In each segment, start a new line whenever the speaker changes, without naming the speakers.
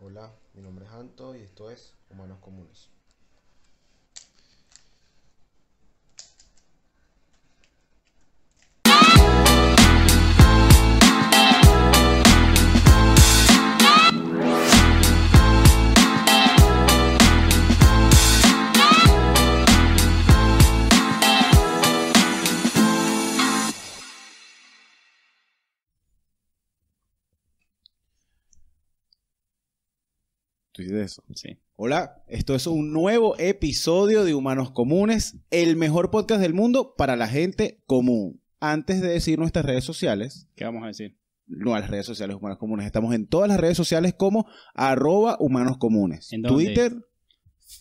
Hola, mi nombre es Anto y esto es Humanos Comunes.
Estoy de eso.
Sí.
Hola, esto es un nuevo episodio de Humanos Comunes, el mejor podcast del mundo para la gente común. Antes de decir nuestras redes sociales,
¿Qué vamos a decir?
no a las redes sociales Humanos Comunes, estamos en todas las redes sociales como arroba Humanos Comunes.
¿En dónde?
Twitter,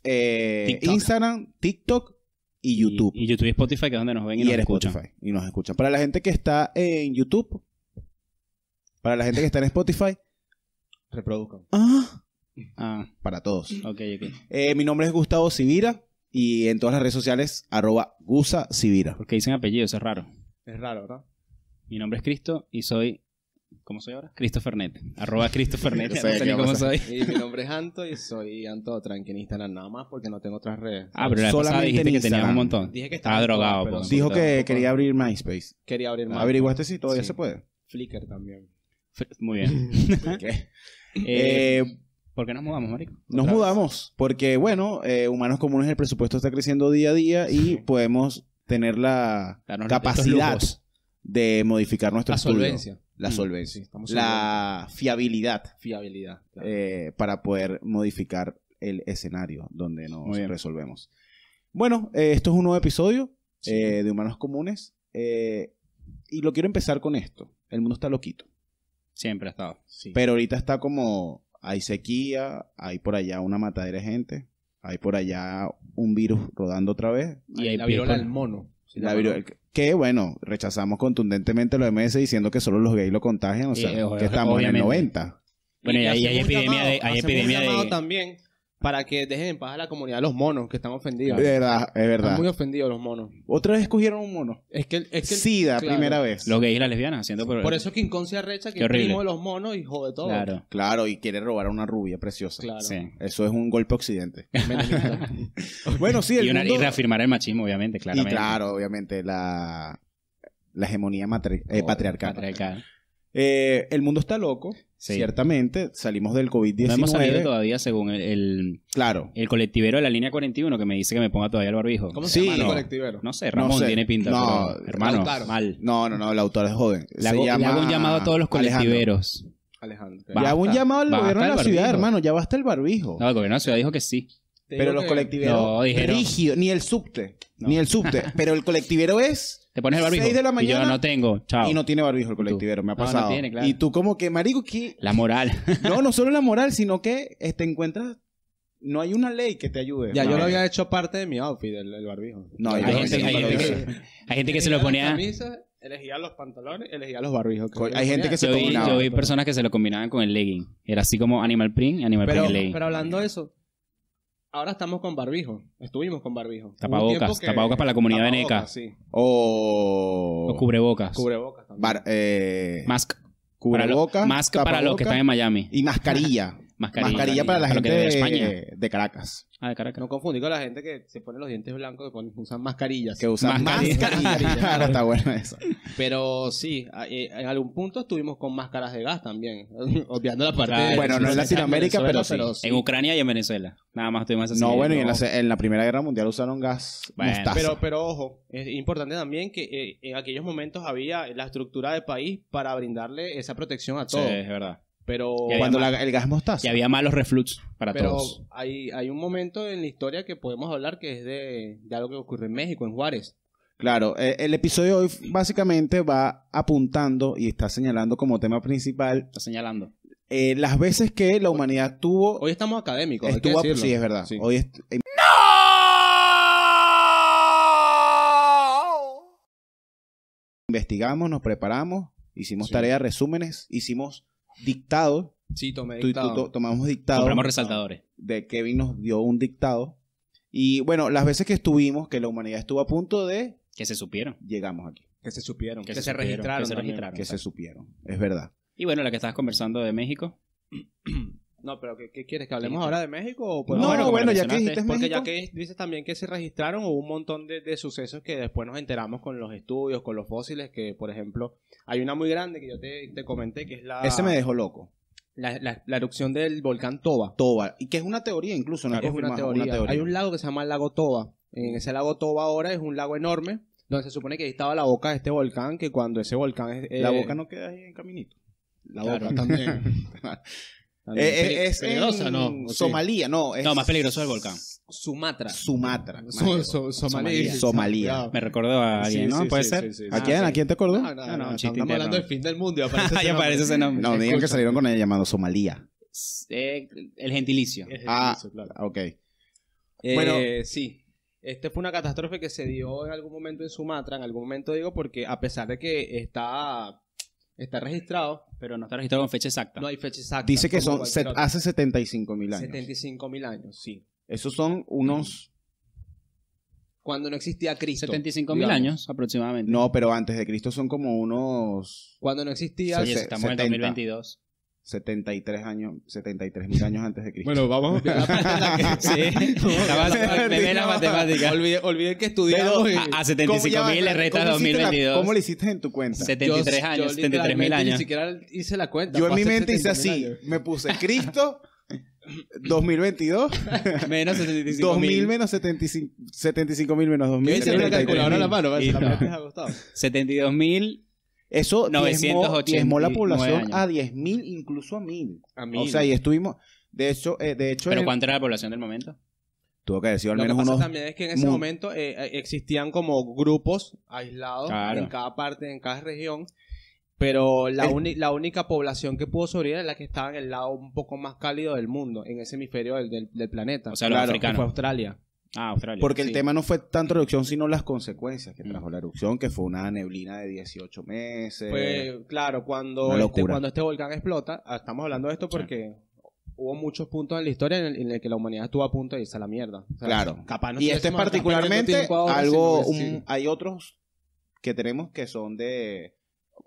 eh,
TikTok.
Instagram, TikTok y YouTube.
Y, y YouTube y Spotify, que es donde nos ven y,
y,
nos
en
escuchan.
Spotify. Y nos escuchan. Para la gente que está en YouTube, para la gente que está en Spotify, reproduzcan. Ah,
Ah,
para todos.
ok, ok.
Eh, mi nombre es Gustavo Sivira y en todas las redes sociales, arroba Gusa Sivira.
Porque dicen apellido, eso es raro.
Es raro, ¿verdad?
Mi nombre es Cristo y soy. ¿Cómo soy ahora? Christopher Net. Arroba Christopher Net.
No
no
sé
sé
qué
ni
va a
cómo
pasar.
soy.
Y mi nombre es Anto y soy Anto Tranqui en Instagram nada más porque no tengo otras redes.
Ah, pero la vez
Solamente
pasada dijiste
en
que tenías
Instagram.
un montón.
Dije que
Estaba
en
drogado,
todas,
pues.
Dijo
pero
que
tampoco
quería abrir MySpace.
quería abrir más.
Averiguaste si todavía
Sí.
se puede.
Flickr también.
Muy bien.
¿Qué?
Eh,
Eh,
¿Por qué nos mudamos, marico?
nos
Otra vez.
mudamos porque, bueno, eh, Humanos Comunes, el presupuesto está creciendo día a día y podemos tener la
Darnos
capacidad
estos lujos.
de modificar nuestro
La
estudio.
solvencia.
La
Mm,
solvencia.
sí, estamos
la fiabilidad
Fiabilidad. claro.
eh, para poder modificar el escenario donde nos
Muy bien.
resolvemos. Bueno, eh, esto es un nuevo episodio
Sí.
eh, de Humanos Comunes eh, y lo quiero empezar con esto. El mundo está loquito,
Siempre ha estado.
Sí.
pero ahorita está como hay sequía, hay por allá una matadera de gente, hay por allá un virus rodando otra vez.
Y hay pues,
la virola
people.
del mono. se
La
llama,
viru-
¿no?
que bueno, rechazamos contundentemente lo MS diciendo que solo los gays lo contagian, o
Sí, eh,
sea,
obvio-
que estamos en el
obviamente.
90.
Bueno, y ahí hay
hacemos un
epidemia de- hay
hacemos un
epidemia de-
llamado también para que dejen en paz a la comunidad de los monos que están
Es
ofendidos.
verdad, es verdad.
Están muy ofendidos los monos.
Otra vez cogieron un mono.
Es que, el- es que el-
SIDA,
claro.
primera vez.
Los gays y las lesbianas haciendo.
Por eso es que Inconcia recha que
Qué
es
horrible.
primo de los monos y jode todo.
Claro.
Claro, y quiere robar a una rubia preciosa.
Claro.
Sí.
Eso es un golpe a occidente.
Menemista.
bueno, sí, el
Y, una- y
mundo-
reafirmar el machismo, obviamente,
Y
claramente.
claro, obviamente, la, la hegemonía matri- eh,
O-
patriarcal.
Patriarcal.
Eh, el mundo está loco,
Sí.
ciertamente. Salimos del
No hemos salido
COVID-19.
todavía según el- el,
claro.
El colectivero de la línea 41 que me dice que me ponga todavía el barbijo.
¿Cómo
Sí,
se llama
no.
el colectivero?
No sé,
No
Ramón
sé.
tiene pinta.
No,
pero, hermano,
Lautaro.
mal.
No, no, no, el autor es joven.
Le
Se
hago, le
llama
hago un llamado a todos los
Alejandro.
colectiveros.
Alejandro.
Le hago un
Basta,
llamado al
basta
gobierno de
el
la ciudad,
barbijo.
hermano. Ya basta el barbijo.
No, el gobierno de la ciudad dijo que sí.
Te
pero
digo
los
que-
colectiveros.
No, dijeron-
rígido, ni el subte.
No.
Ni el subte. pero el colectivero es.
Te pones el barbijo.
Seis de la
Y yo
mañana
no tengo. Chao.
Y no tiene barbijo el
Tú.
colectivero, me ha
No, no
pasado.
tiene, claro.
Y tú como que, marico, que...
La moral.
No, no solo la moral, sino que eh, te encuentras... No hay una ley que te ayude.
Ya,
No.
yo lo había hecho parte de mi outfit, el, el barbijo.
No,
hay,
yo
gente,
nunca
hay
lo
gente
hice.
que, hay gente que se lo
Elegía
ponía.
las camisas, elegía los pantalones, elegía los barbijos.
Co- hay gente que se
Yo vi,
combinaba.
yo vi personas que se lo combinaban con el legging. Era así como Animal Print, Animal
Pero,
Print legging.
pero hablando de eso, ahora estamos con barbijo. Estuvimos con barbijo. Hubo un
tapabocas.
tiempo que-
Tapabocas para la comunidad veneca.
tapabocas, Sí.
O...
O cubrebocas.
Cubrebocas también.
bar- eh,
Mask. Para lo-
cubrebocas,
mask para los que
tapabocas
están en Miami.
Y mascarilla.
Mascarilla.
mascarilla para la
los
gente
que de España.
de, de Caracas.
Ah, de Caracas.
No confundí con la gente que se pone los dientes blancos, que ponen- usan mascarillas.
Que usan
Mascarilla.
mascarilla. Claro, está bueno eso.
Pero sí, a- eh, en algún punto estuvimos con máscaras de gas también. Obviando la parte
Claro.
de-
Bueno, no en
de-
Latinoamérica,
Venezuela,
pero sí.
En Ucrania y en Venezuela. Nada más tuvimos esa
No,
serie,
bueno, y en la, en la Primera Guerra Mundial usaron gas
Bueno,
mostaza.
Pero, pero ojo, es importante también que eh, en aquellos momentos había la estructura del país para brindarle esa protección a
Sí,
todos.
es verdad.
Pero,
Y había
Cuando la- el gas mostaza.
Y había malos reflux para
pero
todos.
hay, hay un momento en la historia que podemos hablar que es de, de algo que ocurre en México, en Juárez.
Claro, eh, el episodio de hoy básicamente va apuntando y está señalando como tema principal
Está señalando.
eh, las veces que la humanidad tuvo...
Hoy estamos académicos. hay que
estuvo a-
decirlo.
sí, es verdad.
Sí.
Hoy est- eh, investigamos, nos preparamos, hicimos
Sí.
tareas, resúmenes, hicimos dictado,
Sí, tomé
tu- tu-
dictado.
to- tomamos dictado,
Compramos resaltadores.
de Kevin nos dio un dictado. Y bueno, las veces que estuvimos, que la humanidad estuvo a punto de,
Que se supieron.
llegamos aquí,
que se supieron.
Que
Que,
se
se,
supieron,
registraron.
que se
también.
registraron.
que se supieron, es verdad.
Y bueno, la que estabas conversando de México.
No, pero ¿qué, qué quieres? ¿Que hablemos
Sí, sí.
ahora de México? O
No,
podemos-
bueno,
como
bueno, ya que
mencionaste,
dijiste
Porque
México.
ya que dices también que se registraron, hubo un montón de, de sucesos que después nos enteramos con los estudios, con los fósiles, que por ejemplo, hay una muy grande que yo te, te comenté, que es la,
Ese me dejó loco.
la, la- la erupción del volcán Toba.
Toba. Y que es una teoría incluso, no
es una teoría. Hay un lago que se llama el lago Toba. En ese lago Toba ahora es un lago enorme, donde se supone que ahí estaba la boca de este volcán, que cuando ese volcán es...
La
eh,
boca no queda ahí en caminito. La
Claro.
boca también.
también-
Eh, eh, es
peligrosa,
en
¿no? ¿O qué?
Somalia, no. Es
No, más peligroso el volcán.
Sumatra.
Sumatra.
So- so- Somalia.
Somalia.
Me recordó a alguien,
Sí,
¿no?
sí,
¿Puede
sí,
ser?
sí, sí, sí.
¿A quién?
Ah,
¿A
sí.
quién te acordó?
No, no,
Ah, no,
no,
un chiste
estamos
interno.
hablando del fin del mundo. y aparece ese
ya
nombre.
aparece ese nombre.
No, digan que
Escucha.
salieron con el llamado Somalia.
Eh, el gentilicio.
Es
Ah.
eso, claro.
Ok.
bueno, Eh, sí. Este fue una catástrofe que se dio en algún momento en Sumatra, en algún momento digo, porque a pesar de que está, está registrado,
Pero no está registrado con fecha exacta.
no hay fecha exacta.
Dice que
como
son
cualquier
set-
otro.
hace 75 mil años.
75 mil años, sí.
Esos son unos...
Cuando no existía Cristo.
75 mil
digamos.
años aproximadamente.
No, pero antes de Cristo son como unos
Cuando no existía.
Sí,
Oye,
se-
estamos en el
70.
2022.
73 años, 73 mil años antes de Cristo.
Bueno, vamos a
Sí. Estaba- me ve la matemática.
Olvidé, olvidé que
Pero
estudiamos. y-
a, a
¿Cómo- ya
75
va,
mil le restas
¿cómo hiciste la-
2022.
¿Cómo lo hiciste en tu cuenta?
73
yo-
años,
yo
73 mil
literalmente Ni
años.
siquiera hice la cuenta.
Yo en
fue
mi
hace
mente hice
70.000
así,
años.
me puse Cristo 2022,
Menos 75
2000 menos 75 75 mil menos
Yo
2000.
hice una
73.000.
calculadora en la mano.
Y
parece.
La
no.
metes a Gustavo.
72 mil.
Eso diezmó,
989
diezmó la población
años.
a 10 mil, incluso a mil.
A mí,
O sea, y estuvimos, de hecho, eh, de hecho
¿Pero
en-
cuánto era la población del momento?
tuvo que decir al
Lo que
menos
pasa
unos
también es que en ese
mu-
momento eh, eh, existían como grupos aislados
Claro.
en cada parte, en cada región, pero la,
El-
uni- la única población que pudo sobrevivir es la que estaba en el lado un poco más cálido del mundo, en ese hemisferio del, del- del planeta.
O sea, los
Claro, que
africanos.
fue Australia.
Ah, Australia.
Porque el
sí.
tema no fue tanto la erupción, sino las consecuencias que
Mm.
trajo la erupción, que fue una neblina de 18 meses.
Fue, claro, cuando
Una
este,
locura.
cuando este volcán explota, ah, estamos hablando de esto porque hubo muchos puntos en la historia en el, en el que la humanidad estuvo a punto de irse a la mierda. O sea,
Claro.
Capaz no
y este
estuviésemos acá perdiendo
particularmente,
tiempo ahora,
algo,
sino que sí.
un- hay otros que tenemos que son de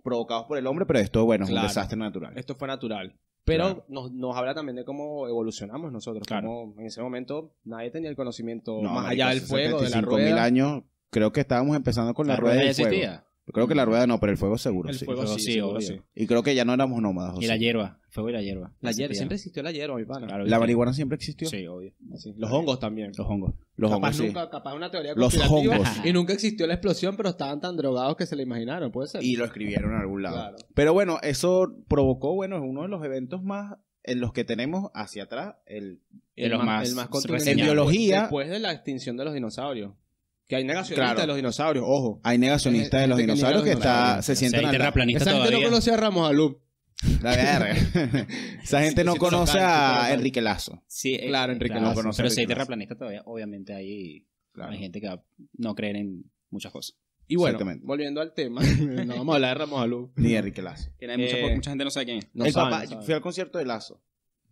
provocados por el hombre, pero esto, bueno, es
Claro.
un desastre natural.
Esto fue natural. Pero
Claro.
nos, nos habla también de cómo evolucionamos nosotros.
Claro.
cómo en ese momento nadie tenía el conocimiento
No,
más
marico,
allá del
hace
fuego, de la
75.000
rueda.
años, creo que estábamos empezando con la, rueda,
ya
del fuego.
existía.
Yo creo que la rueda no, pero el fuego seguro,
El
sí.
fuego
Fuego
sí,
sí,
seguro
obvio.
sí.
Y creo que ya no éramos nómadas. o
Y la
sí.
hierba. El fuego y la hierba.
La
Existía.
hierba, siempre existió la hierba, mi pana.
Claro,
La
¿viste?
marihuana siempre existió.
Sí, obvio.
Sí, Los hongos también.
Los hongos.
Los
capaz
hongos, sí.
nunca, capaz una teoría
Los
conspirativa.
hongos.
Y nunca existió la explosión, pero estaban tan drogados que se la imaginaron, puede ser.
y lo escribieron en algún lado.
Claro.
Pero bueno, eso provocó, bueno, uno de los eventos más en los que tenemos hacia atrás el
de los más
el más contundente.
En
reseñables.
biología-
Después de la extinción de los dinosaurios. Que hay negacionistas
Claro.
de los dinosaurios, ojo.
hay negacionista de los
Hay gente que niega
dinosaurios que
los
está
dinosaurios.
se sienten
hay
al lado.
terraplanistas
Esa gente no
todavía.
conocía a Ramos Alum.
La verga. Esa gente no
Sí, sí, sí,
conoce
sí, sí,
a
sí.
Enrique Lazo.
Sí, eh,
Claro, Enrique,
no conoce
Pero
Enrique
si hay
Lazo.
terraplanistas todavía, obviamente hay,
Claro.
hay gente que va- no creen en muchas cosas.
Y bueno,
Exactamente.
volviendo al tema, no vamos a hablar de Ramos Alú.
Ni Enrique Lazo.
Que hay
mucha-
mucha,
por- mucha
mucha gente no sabe quién es.
No
eh, el
saben,
papá,
no saben.
fui al concierto de Lazo.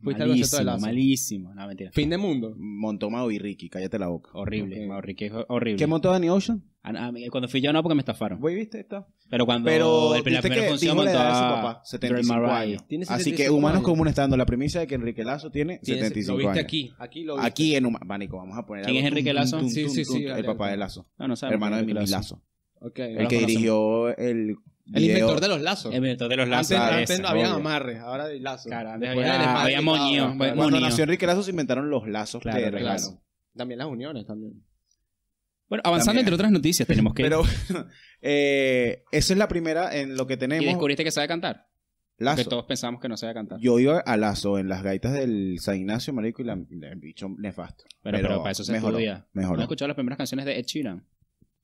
Fuiste al concierto de
malísimo,
Lazo.
malísimo. No, mentira.
Fin de mundo.
Montomao y Ricky, cállate la boca.
Horrible.
Ok.
Mauricio, que es horrible.
¿Qué montó Danny Ocean?
Ah, ah, cuando fui yo no, porque me estafaron.
¿Voy viste esta?
Pero cuando
Pero
el, la
viste
primera
que
función
dijo la
montó
edad de su
a
papá,
Drew
75
Mariah.
años.
Tiene
Así
75
que humanos
años.
comunes está dando la premisa de que Enrique Lazo tiene
Tienes-
75
Lo viste
años.
aquí. Aquí lo viste.
Aquí en Huma- Manico, vamos a poner
¿Quién
algo.
es Enrique Lazo?
Tum, tum,
Sí,
tum,
sí,
tum,
sí,
El
dale,
papá
dale.
de Lazo.
Ah, No, no sabe.
Hermano de Mimi Lazo.
Ok.
El que dirigió el
El
video.
inventor de los lazos.
El inventor Em, de los lazos.
antes,
Claro,
antes
ese,
no había
obvio.
amarres, ahora hay lazos.
Claro, antes
Después
había,
era el más
había
delicado,
moño.
claro.
moño.
Cuando nació Enrique Lazo se inventaron los lazos
Claro,
de
claro.
regalo.
También las uniones también.
Bueno, avanzando
También.
entre otras noticias, tenemos que.
Pero bueno, eh, esa es la primera en lo que
¿Y
tenemos.
descubriste que sabe cantar? Porque
Lazo.
todos pensamos que no sabe cantar.
Yo iba a Lazo en las gaitas del San Ignacio, marico, y la, la- el bicho nefasto.
Pero, pero para eso se
mejoró,
estudia. ¿No
Mejoró.
has escuchado las primeras canciones de Ed Sheeran?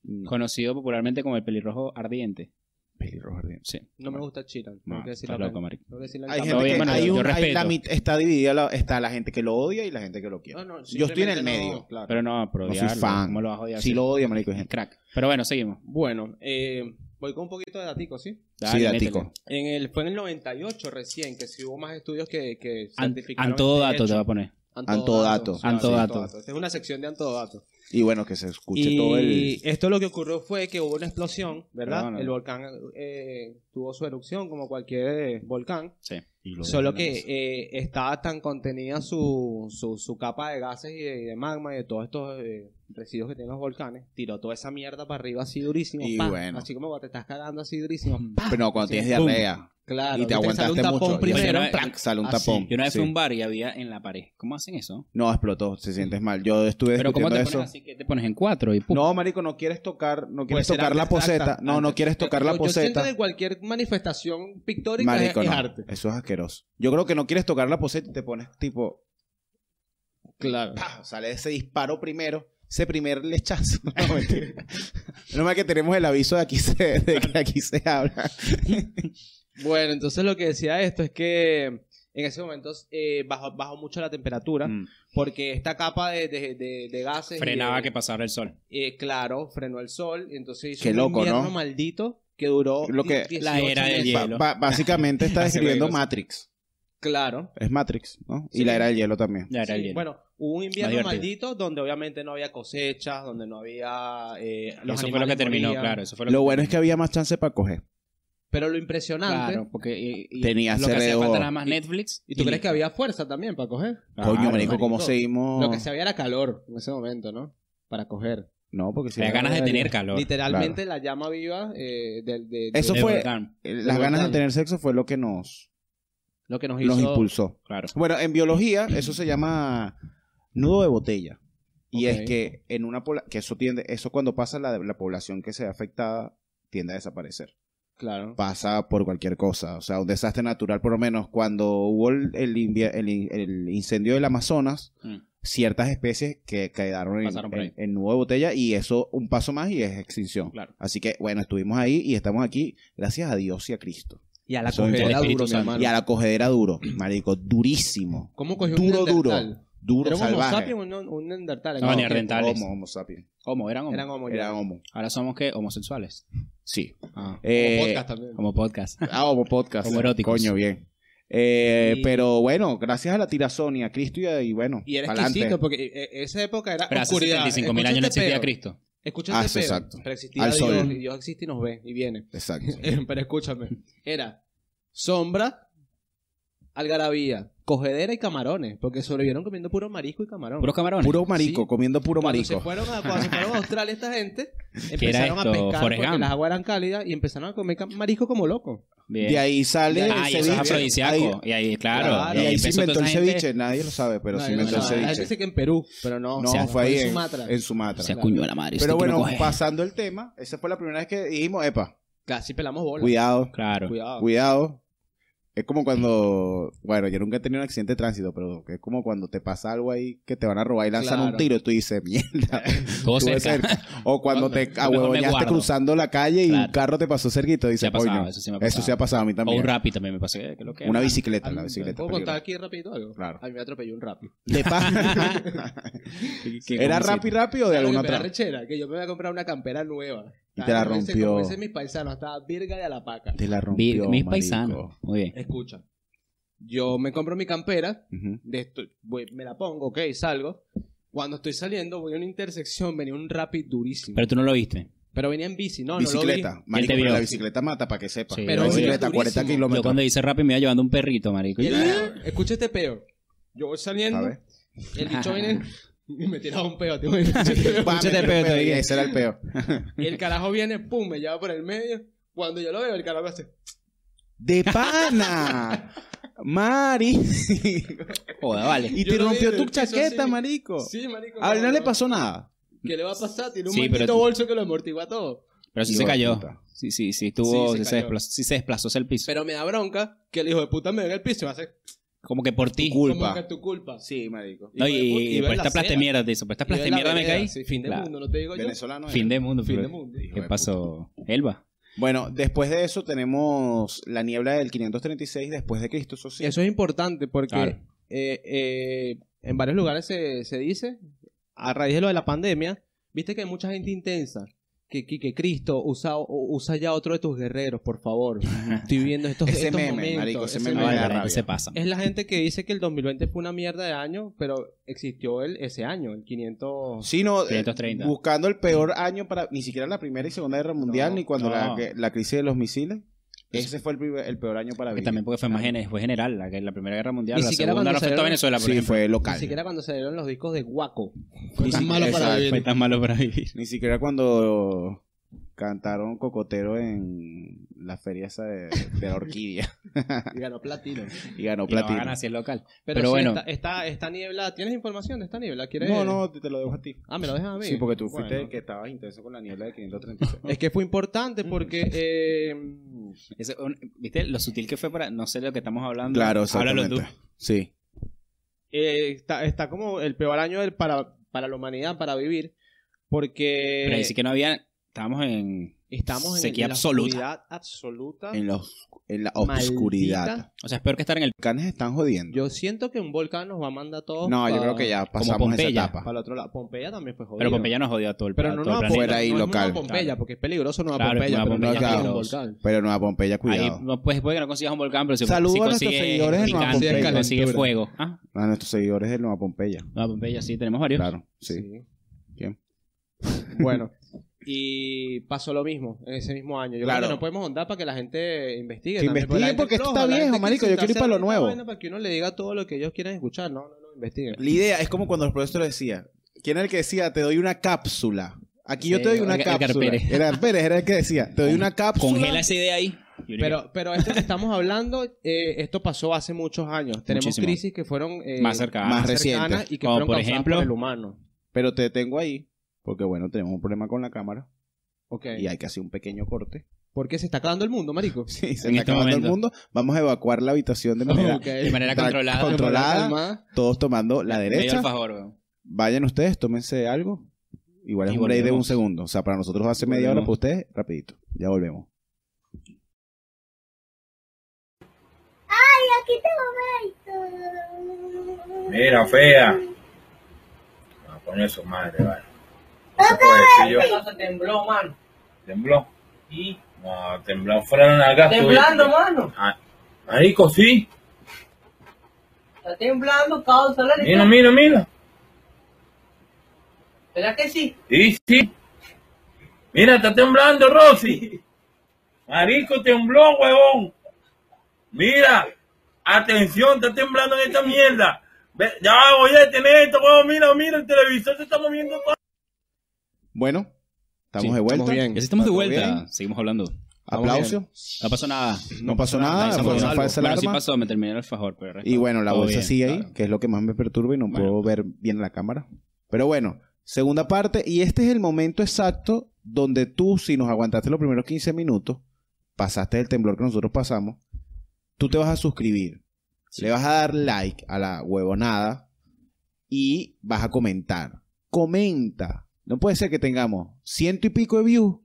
Mm,
Conocido popularmente como el pelirrojo ardiente.
pelirrojo ardiente.
Sí.
No me gusta Chiran.
No,
Tengo que decir
Estás
la
loco,
verdad.
marico.
Tengo que decir la
Hay
verdad.
gente
Oye,
que
bueno,
hay
yo
un- hay
respeto.
la mit- está dividida, la- está la gente que lo odia y la gente que lo quiere.
No, no,
yo estoy en el
simplemente no,
medio.
claro.
Pero no, pero
No soy
odiarlo,
fan.
¿Cómo lo vas a odiar?
Si lo odia, marico, hay
Es
gente.
crack. Pero bueno, seguimos.
Bueno, eh, voy con un poquito de datico, ¿sí?
Dale,
sí,
métele.
datico.
En el, fue en el 98 recién que sí hubo más estudios que, que
An-
certificaron.
Antodo
este
dato te
hecho.
va a poner.
Antodato.
Sí,
Antodato.
Esta es una sección de Antodato.
Y bueno, que se escuche
y
todo el...
esto lo que ocurrió fue que hubo una explosión, ¿verdad?
Perdóname.
El volcán eh, tuvo su erupción como cualquier eh, volcán.
Sí.
Y lo
Solo
dejan en
que
la mesa.
eh, estaba tan contenida su, su, su capa de gases y de, y de magma y de todos estos eh, residuos que tienen los volcanes. Tiró toda esa mierda para arriba así durísimo.
Y
pa,
bueno. Mm.
Así como te estás cagando así durísimo. pa.
Pero no, cuando
Sí,
tienes
pum.
diarrea
Claro.
y te
sale un
aguantaste
tapón
mucho, y
primero.
Bueno,
¡prac! sale un
así.
tapón.
Ah, Yo una vez fui a
sí.
un bar y había en la pared. ¿Cómo hacen eso?
No, explotó, se sientes mal. Yo estuve
Pero ¿cómo
discutiendo
te
eso.
pones así que te pones en cuatro y pum?
No, marico, no quieres tocar, no quieres
Puede ser
tocar la
antes,
poseta.
exacto,
No, no
antes.
quieres tocar
Yo-
la
yo siento
poseta.
que cualquier manifestación pictórica
Marico,
es, es
no.
arte.
Eso es asqueroso. Yo creo que no quieres tocar la poseta y te pones tipo,
Claro.
¡pah! sale ese disparo primero, ese primer lechazo. No, mentira. Menos mal que tenemos el aviso de aquí se, de que aquí se habla.
Bueno, entonces lo que decía esto es que en ese momento eh, bajó, bajó mucho la temperatura
Mm.
porque esta capa de, de- de- de gases... y
Frenaba
de-
que pasara el sol.
eh, claro, frenó el sol y entonces hizo
Qué
un
loco,
invierno
¿no?
maldito que duró
Lo que-
18
La era del
meses.
hielo.
Ba- ba- básicamente está
Hace
describiendo
juegos.
Matrix.
Claro.
Es Matrix, ¿no? Y
Sí.
la era del hielo también.
Ya era
Sí,
el hielo.
Bueno, hubo un invierno
divertido.
maldito donde obviamente no había cosechas, donde no había... eh, los
eso fue lo que
animales
terminó,
morían.
claro. Eso fue lo,
Lo
que
bueno es que había más chance para coger.
Pero lo impresionante...
Claro, porque y- y
Tenía
lo que hacía
CRO.
falta nada más Netflix.
¿Y tú crees
listo.
que había fuerza también para coger?
Coño,
Claro,
marico, ¿cómo
Ah, marico.
seguimos?
Lo que se había era calor en ese momento, ¿no? Para coger.
No, porque si
Había
no-
ganas de tener calor.
Literalmente la llama viva eh, del- de, de-
Eso
De
fue-
volcán,
Las ganas de tener sexo fue lo que nos,
lo que nos hizo.
nos impulsó.
Claro.
Bueno, en biología eso se llama nudo de botella. Y
Ok.
es que en una pobla- que eso tiende, eso cuando pasa la, la población que se ve afectada tiende a desaparecer.
Claro.
Pasa por cualquier cosa, o sea, un desastre natural por lo menos. Cuando hubo el, el invi- el in- el incendio del Amazonas,
Mm.
ciertas especies que quedaron en,
Pasaron por ahí.
en- en nudo de botella y eso un paso más y es extinción.
Claro.
Así que bueno, estuvimos ahí y estamos aquí gracias a Dios y a Cristo.
Y a la
Eso es
cogedera
importante.
duro, mi hermano.
Y a la cogedera duro, marico, durísimo.
¿Cómo cogió
Duro,
un neandertal?
duro. Duro,
¿Era un homo
salvaje.
sapiens o un, un neandertal?
No,
¿En
ni
qué-
neandertal. ardentales.
Homo, homo sapiens.
Homo, eran homo.
Eran homo. ya.
Era homo.
Ahora somos que homosexuales.
Sí.
Ah.
Eh,
Como podcast también.
Como podcast.
ah, homo podcast.
Homo eróticos.
Coño, bien. Eh,
Y-
Pero bueno, gracias a la tirazón y a Cristo y, a- y bueno,
Y era
pa'lante.
exquisito porque eh, esa época era
Pero hace
oscuridad.
75.000
Escucha
años no
este
existía
pedo.
Cristo.
Escucha
Ah,
este
sí,
pedo.
exacto.
Pero existía
Al
Dios
sol.
y Dios existe y nos ve y viene. Eh,
Exacto.
Pero escúchame. Era sombra, algarabía, cogedera y camarones. Porque sobrevivieron comiendo puro marisco y camarón.
Puros camarones.
Puro marico,
Sí.
comiendo puro
cuando se
marico.
fueron a, cuando se fueron a Australia esta gente,
era
empezaron
esto?
a pescar
Forrest
porque
Gump.
las aguas eran cálidas y empezaron a comer ca- marisco como loco.
Bien.
De ahí sale
Ah, y
el
eso es
ceviche.
afrodisíaco.
Ahí-
Y ahí, claro.
Claro,
y ahí se
empezó
inventó
toda
el
esa gente-
ceviche. Nadie lo sabe, pero se
No,
inventó
no,
el
la gente
ceviche.
dice que en Perú, pero no.
No,
o sea,
fue ahí en en
Sumatra.
Sumatra.
Se eh. acuñó la madre.
Pero
esto que no
bueno,
coge.
pasando el tema, esa fue la primera vez que dijimos, epa,
Casi pelamos bola.
cuidado,
Claro.
Cuidado.
Cuidado. Es como cuando, bueno, yo nunca he tenido un accidente de tránsito, pero es como cuando te pasa algo ahí que te van a robar y lanzan
Claro.
un tiro y tú dices, mierda,
Todo
estuve
cerca.
cerca. O cuando te
Mejor me
ahuevoñaste
guardo.
cruzando la calle y un
Claro.
carro te pasó cerquita y
Se
dices,
ha pasado,
coño,
eso sí me ha pasado.
eso se ha pasado a mí
O un
también.
rap también me pasó. eh, que lo que
Una bicicleta,
Al-
la bicicleta.
¿Puedo
peligrosa.
contar aquí rapidito algo?
Claro.
A mí me atropelló un rap.
De pa- ¿Era Rappi Rappi o de alguna
que me da
otra?
rechera, que yo me voy a comprar una campera nueva.
Y te la
Como dicen-
rompió.
Como dicen mis paisanos, estaba virga de la paca.
Te la
Vir-
rompió,
Mis
marico.
paisanos. Muy bien.
Escucha, yo me compro mi campera,
Ujú.
de esto, voy- me la pongo, ok, salgo. Cuando estoy saliendo, voy a una intersección, venía un rapid durísimo. Pero,
Pero tú no lo viste.
venía en bici, no, no lo
Bicicleta.
vi.
Marico,
te
pero
vio?
la bicicleta mata, para que sepas.
Sí,
Pero
obvio.
bicicleta, 40
Durísimo.
Yo cuando
kilómetros.
hice rap me iba llevando un perrito, marico.
Y el- escucha este peo. Yo voy saliendo,
¿Sabes?
el bicho viene y me tiraba un peo. tío. Escucha este peo.
Pa,
Escucha
me
este
tiró
pedo,
pedo,
te
y
dije.
Ese era el peor.
Y el carajo viene, pum, me lleva por el medio. Cuando yo lo veo, el carajo hace.
¡De pana! Mari.
Joder, vale.
y
Yo
te
lo vi
rompió
en
tu
el piso
chaqueta,
así.
marico.
Sí, marico.
A él no
¿cómo
le pasó nada.
¿Qué le va a pasar? Tiene un
Sí, pero
maldito
tú-
bolso que lo amortigua todo.
Pero sí
Hijo
se
de
cayó.
puta.
Sí, sí, sí. Estuvo,
Sí,
sí,
se
se
cayó.
desplazó, sí se desplazó hacia el piso.
Pero me da bronca que el hijo de puta me venga al piso y me hace.
Como que por ti.
Como
Culpa.
que es tu culpa.
Sí, marico.
No, y,
Hijo de puta,
y
y
por
ve la
esta plasta de
cena.
mierda te hizo. Por esta
Y
plasta
es
de
la
mierda me
vereda,
caí.
sí, fin de
Claro.
mundo, no te digo yo.
Venezolano.
Fin
era.
de mundo.
Fin
bro.
de mundo.
Hijo
¿Qué
de
pasó? Elba.
Bueno, después de eso tenemos la niebla del 536 después de Cristo, eso sí.
Eso es importante porque
Claro.
eh, eh, en varios lugares se, se dice, a raíz de lo de la pandemia, viste que hay mucha gente intensa. Que, que, que Cristo, usa, o- usa ya otro de tus guerreros, por favor. Estoy viendo estos,
Ese
estos
meme,
momentos.
marico, ese
ese
meme me
Ah, vale,
da
la gente
rabia.
se pasa.
Es la gente que dice que el 2020 fue una mierda de año, pero existió el, ese año, el 500...
Sí, no, eh,
530.
buscando el peor año para ni siquiera la Primera y Segunda Guerra Mundial,
No,
ni cuando
no.
la, que- la crisis de los misiles. Ese fue el, primer- el peor año para
Que
Villa.
también porque fue, más gene- fue general, la, que- la Primera Guerra Mundial,
Ni
la
siquiera
Segunda no afectó
cuando
a
salieron-
Venezuela, por
sí,
ejemplo.
fue local.
Ni siquiera cuando salieron los discos de Guaco.
Ni
tan
si-
malo para
exacto.
vivir.
Fue tan malo para vivir.
Ni siquiera cuando cantaron Cocotero en la feria esa de, de la orquídea
Y ganó platino.
y ganó
Y lo
platino.
hagan así el local.
Pero,
Pero
sí,
bueno.
Esta, esta- esta niebla, ¿tienes información de esta niebla? ¿Quieres-
no, no, te, te lo dejo a ti.
Ah, me lo dejas a mí.
Sí, porque tú fuiste
eh. Bueno.
el que estabas intenso con la niebla de 536.
Es que fue importante porque. eh,
Ese- un- ¿Viste lo sutil que fue para.? No sé de lo que estamos hablando.
claro,
Háblalo tú.
exactamente. Sí.
eh, está, está como el peor año del- para, para la humanidad, para vivir.
Pero
Porque
ahí sí que no había. Estábamos en.
estamos en,
sequía
en la
absoluta.
oscuridad absoluta.
En, la os- en la
maldita.
oscuridad.
O sea, es peor que estar en el.
Los canes están jodiendo.
Yo siento que un volcán nos va a mandar a todos.
no, yo
pa-
creo que ya pasamos esa
Pompeya,
etapa.
Para el otro lado. Pompeya también fue jodido.
Pero Pompeya nos jodió a todo el
Pero
a
no
todo el
nos va a
planeta.
Fuera ahí
no, no
local.
a Pompeya,
Claro.
porque es peligroso no a
Claro,
Pompeya,
Nueva
pero no
Pompeya,
es
claro.
un volcán.
Pero Nueva Pompeya,
Ahí,
cuidado.
no, pues puede que no consigas un volcán, pero si,
Saludos
si
a nuestros
consigues
seguidores de Nueva
picante,
Pompeya.
consigue fuego. Ah,
A nuestros seguidores de Nueva Pompeya.
Nueva Pompeya, pues, sí, tenemos varios.
Claro, sí. ¿Quién?
Bueno. Y pasó lo mismo en ese mismo año. Yo
Claro.
creo que no podemos ahondar para que la gente investigue.
Que
también, la
investiguen
gente
porque
es
esto
floja,
está
la gente
viejo, marico,
se
yo
está
quiero ir para lo
haciendo esta
nuevo.
vaina Para que uno le diga todo lo que ellos quieran escuchar. No, no, no, investiguen.
La idea es como cuando los profesores decían, ¿quién era el que decía, te doy una cápsula? Aquí yo
Sí,
te doy una
Edgar- Edgar
cápsula.
Pérez.
Edgar Pérez era el que decía, te doy una cápsula.
Congela esa idea ahí.
Pero, pero esto que estamos hablando, eh, esto pasó hace muchos años. Tenemos
Muchísimo.
crisis que fueron eh,
más cerca.
más
cercanas
recientes.
y que
Como
fueron
por
por
ejemplo-
ejemplo por el humano.
Pero te tengo ahí, porque bueno, tenemos un problema con la cámara
Ok.
y hay que hacer un pequeño corte.
¿Por qué se está acabando el mundo, marico?
Sí, se
En
está
este
acabando el
momento.
mundo. Vamos a evacuar la habitación de manera,
Ok.
de manera
tra-
controlada.
eh, controlada.
Calma.
Todos tomando la
Medio
derecha.
alfajor, weón.
Vayan ustedes, tómense algo. Igual es
Y
un break de un
volvemos.
segundo. O sea, para nosotros hace media hora, para
Volvemos.
ustedes, rapidito. Ya volvemos.
aquí tengo maíz.
Mira, fea. No, coño, su madre, vale. No se puede decir yo.
tembló, mano.
¿Tembló? ¿Y? No, tembló fuera una gata.
Temblando, mano.
Ah, Marico, sí.
Está temblando, causa la
Mira, mira, mira.
¿Verdad que sí?
Sí, sí. Mira, está temblando, Rosy. Marico, tembló, huevón. Mira, atención, está temblando en esta mierda. Ve, ya voy a detener esto, huevón. Mira, mira, el televisor se está moviendo todo.
Bueno, estamos
Sí,
de vuelta.
estamos bien.
Ya sí estamos de
¿Todo
vuelta.
bien?
Seguimos hablando.
Aplauso.
No pasó nada.
No pasó nada,
Nadie se
fue
murió.
una falsa
Bueno, sí
alarma.
pasó, me terminé el alfajor, pero el resto,
Y bueno, la
todo
bolsa
bien,
sigue ahí,
claro.
que es lo que más me perturba y no
Bueno.
puedo ver bien la cámara. Pero bueno, segunda parte, y este es el momento exacto donde tú, si nos aguantaste los primeros 15 minutos, pasaste el temblor que nosotros pasamos, tú te vas a suscribir, le vas a dar like a la huevonada y vas a comentar. Comenta. No puede ser que tengamos ciento y pico de views,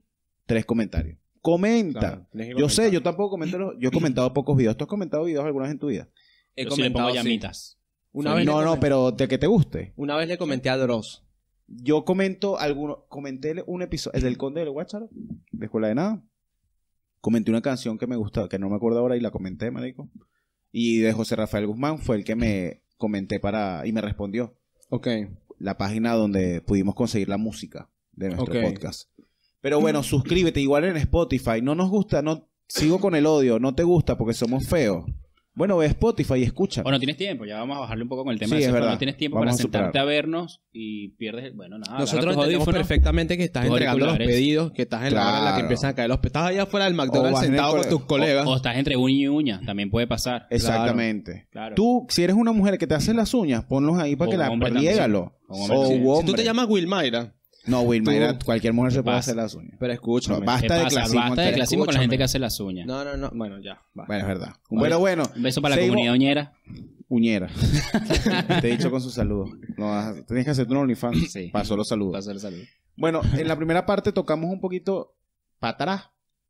tres comentarios. Comenta.
Claro, tienes que
Yo
comentar.
sé, yo tampoco comento, los- yo he comentado pocos videos. ¿Tú has comentado videos alguna vez en tu vida?
He
Yo sí le pongo
comentado, sí.
llamitas.
Una
Sí.
vez le
no, no,
comenté-
pero de que te guste.
Una vez le comenté a Dross.
Yo comento alguno, comenté un episodio, el del Conde del Guácharo, de Escuela de Nada. Comenté una canción que me gustaba, que no me acuerdo ahora y la comenté, marico. Y de José Rafael Guzmán fue el que me comenté para, y me respondió.
Ok.
La página donde pudimos conseguir la música de nuestro
Ok.
podcast. Pero bueno, suscríbete, igual en Spotify. No nos gusta, no, sigo con el odio, no te gusta porque somos feos. Bueno, ve Spotify y escucha.
O no tienes tiempo, ya vamos a bajarle un poco con el tema.
Sí,
de
es
eso, pero
verdad.
No tienes tiempo
Vamos
para
a superar.
sentarte a vernos y pierdes. el- Bueno, nada. agarra
Nosotros
tus
entendemos
audífonos.
perfectamente que estás
tus
entregando los
auriculares.
pedidos, que estás en la hora en la que
Claro.
empiezan a caer los pedidos. Estás allá afuera del
O
McDonald's
vas en el
sentado con
cole-
tus colegas.
O estás entre uña y uña, también puede pasar.
Exactamente.
Claro.
Tú, si eres una mujer que te hace las uñas, ponlos ahí para
O
que
un
la
hombre
riégalo.
también. O un hombre
O
también.
un
si tú
hombre.
te llamas Wilmayra,
No, Wilma,
tú-
era- cualquier mujer se puede
Vas.
hacer las uñas.
pero escúchame.
No, basta
¿Qué
de
pasa?
clasismo
Basta de
entero.
clasismo con la
Escúchame.
gente que hace las uñas.
No, no, no. Bueno, ya. va.
Bueno, es verdad. Bueno, bueno.
Un beso para la
Seguimos.
comunidad uñera.
Uñera. te he dicho con sus saludos. No, vas- tienes que hacerte un OnlyFans.
Sí.
Pasó los saludos.
Paso el saludo.
Bueno, en la primera parte tocamos un poquito para atrás.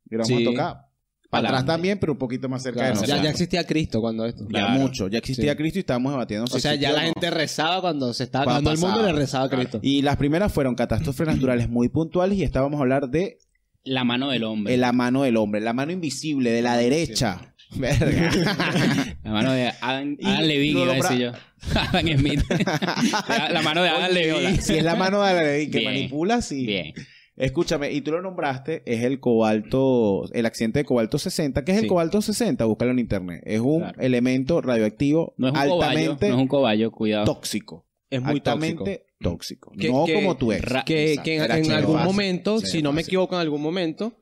Y ahora vamos
Sí.
a tocar para atrás
Adelante.
también, pero un poquito más cerca
Claro,
de
ya,
nosotros.
ya existía Cristo cuando esto.
Ya
Claro.
mucho. Ya existía
Sí.
Cristo y estábamos debatiendo. si
O sea, ya
existió
la
o no.
gente rezaba cuando se estaba
Cuando
acabando el mundo,
pasaba.
le rezaba a Cristo.
Y las primeras fueron catástrofes naturales muy puntuales y estábamos a hablar de
La mano del hombre. Ah,
la mano del hombre, la mano invisible de la derecha. Verga.
La mano de Adam,
Y
Adam
lo
Levine, iba a
nombra-
decir yo. Adam Smith. la, la mano de Adam Levine.
si es la mano de la derecha que
Bien.
manipula, sí.
Bien.
Escúchame, y tú lo nombraste, es el cobalto, el accidente de cobalto 60. ¿Qué es el
Sí.
cobalto 60? Búscalo en internet. Es un
Claro.
elemento radioactivo
No es un cobayo,
altamente
no es un cobayo, cuidado.
tóxico.
Es muy tóxico.
altamente tóxico.
Que-
no
que-
como tu ex.
ra-
que,
Exacto.
que en,
Era
en
chido.
algún
Fácil.
momento,
Sí,
si no me
fácil.
equivoco, en algún momento,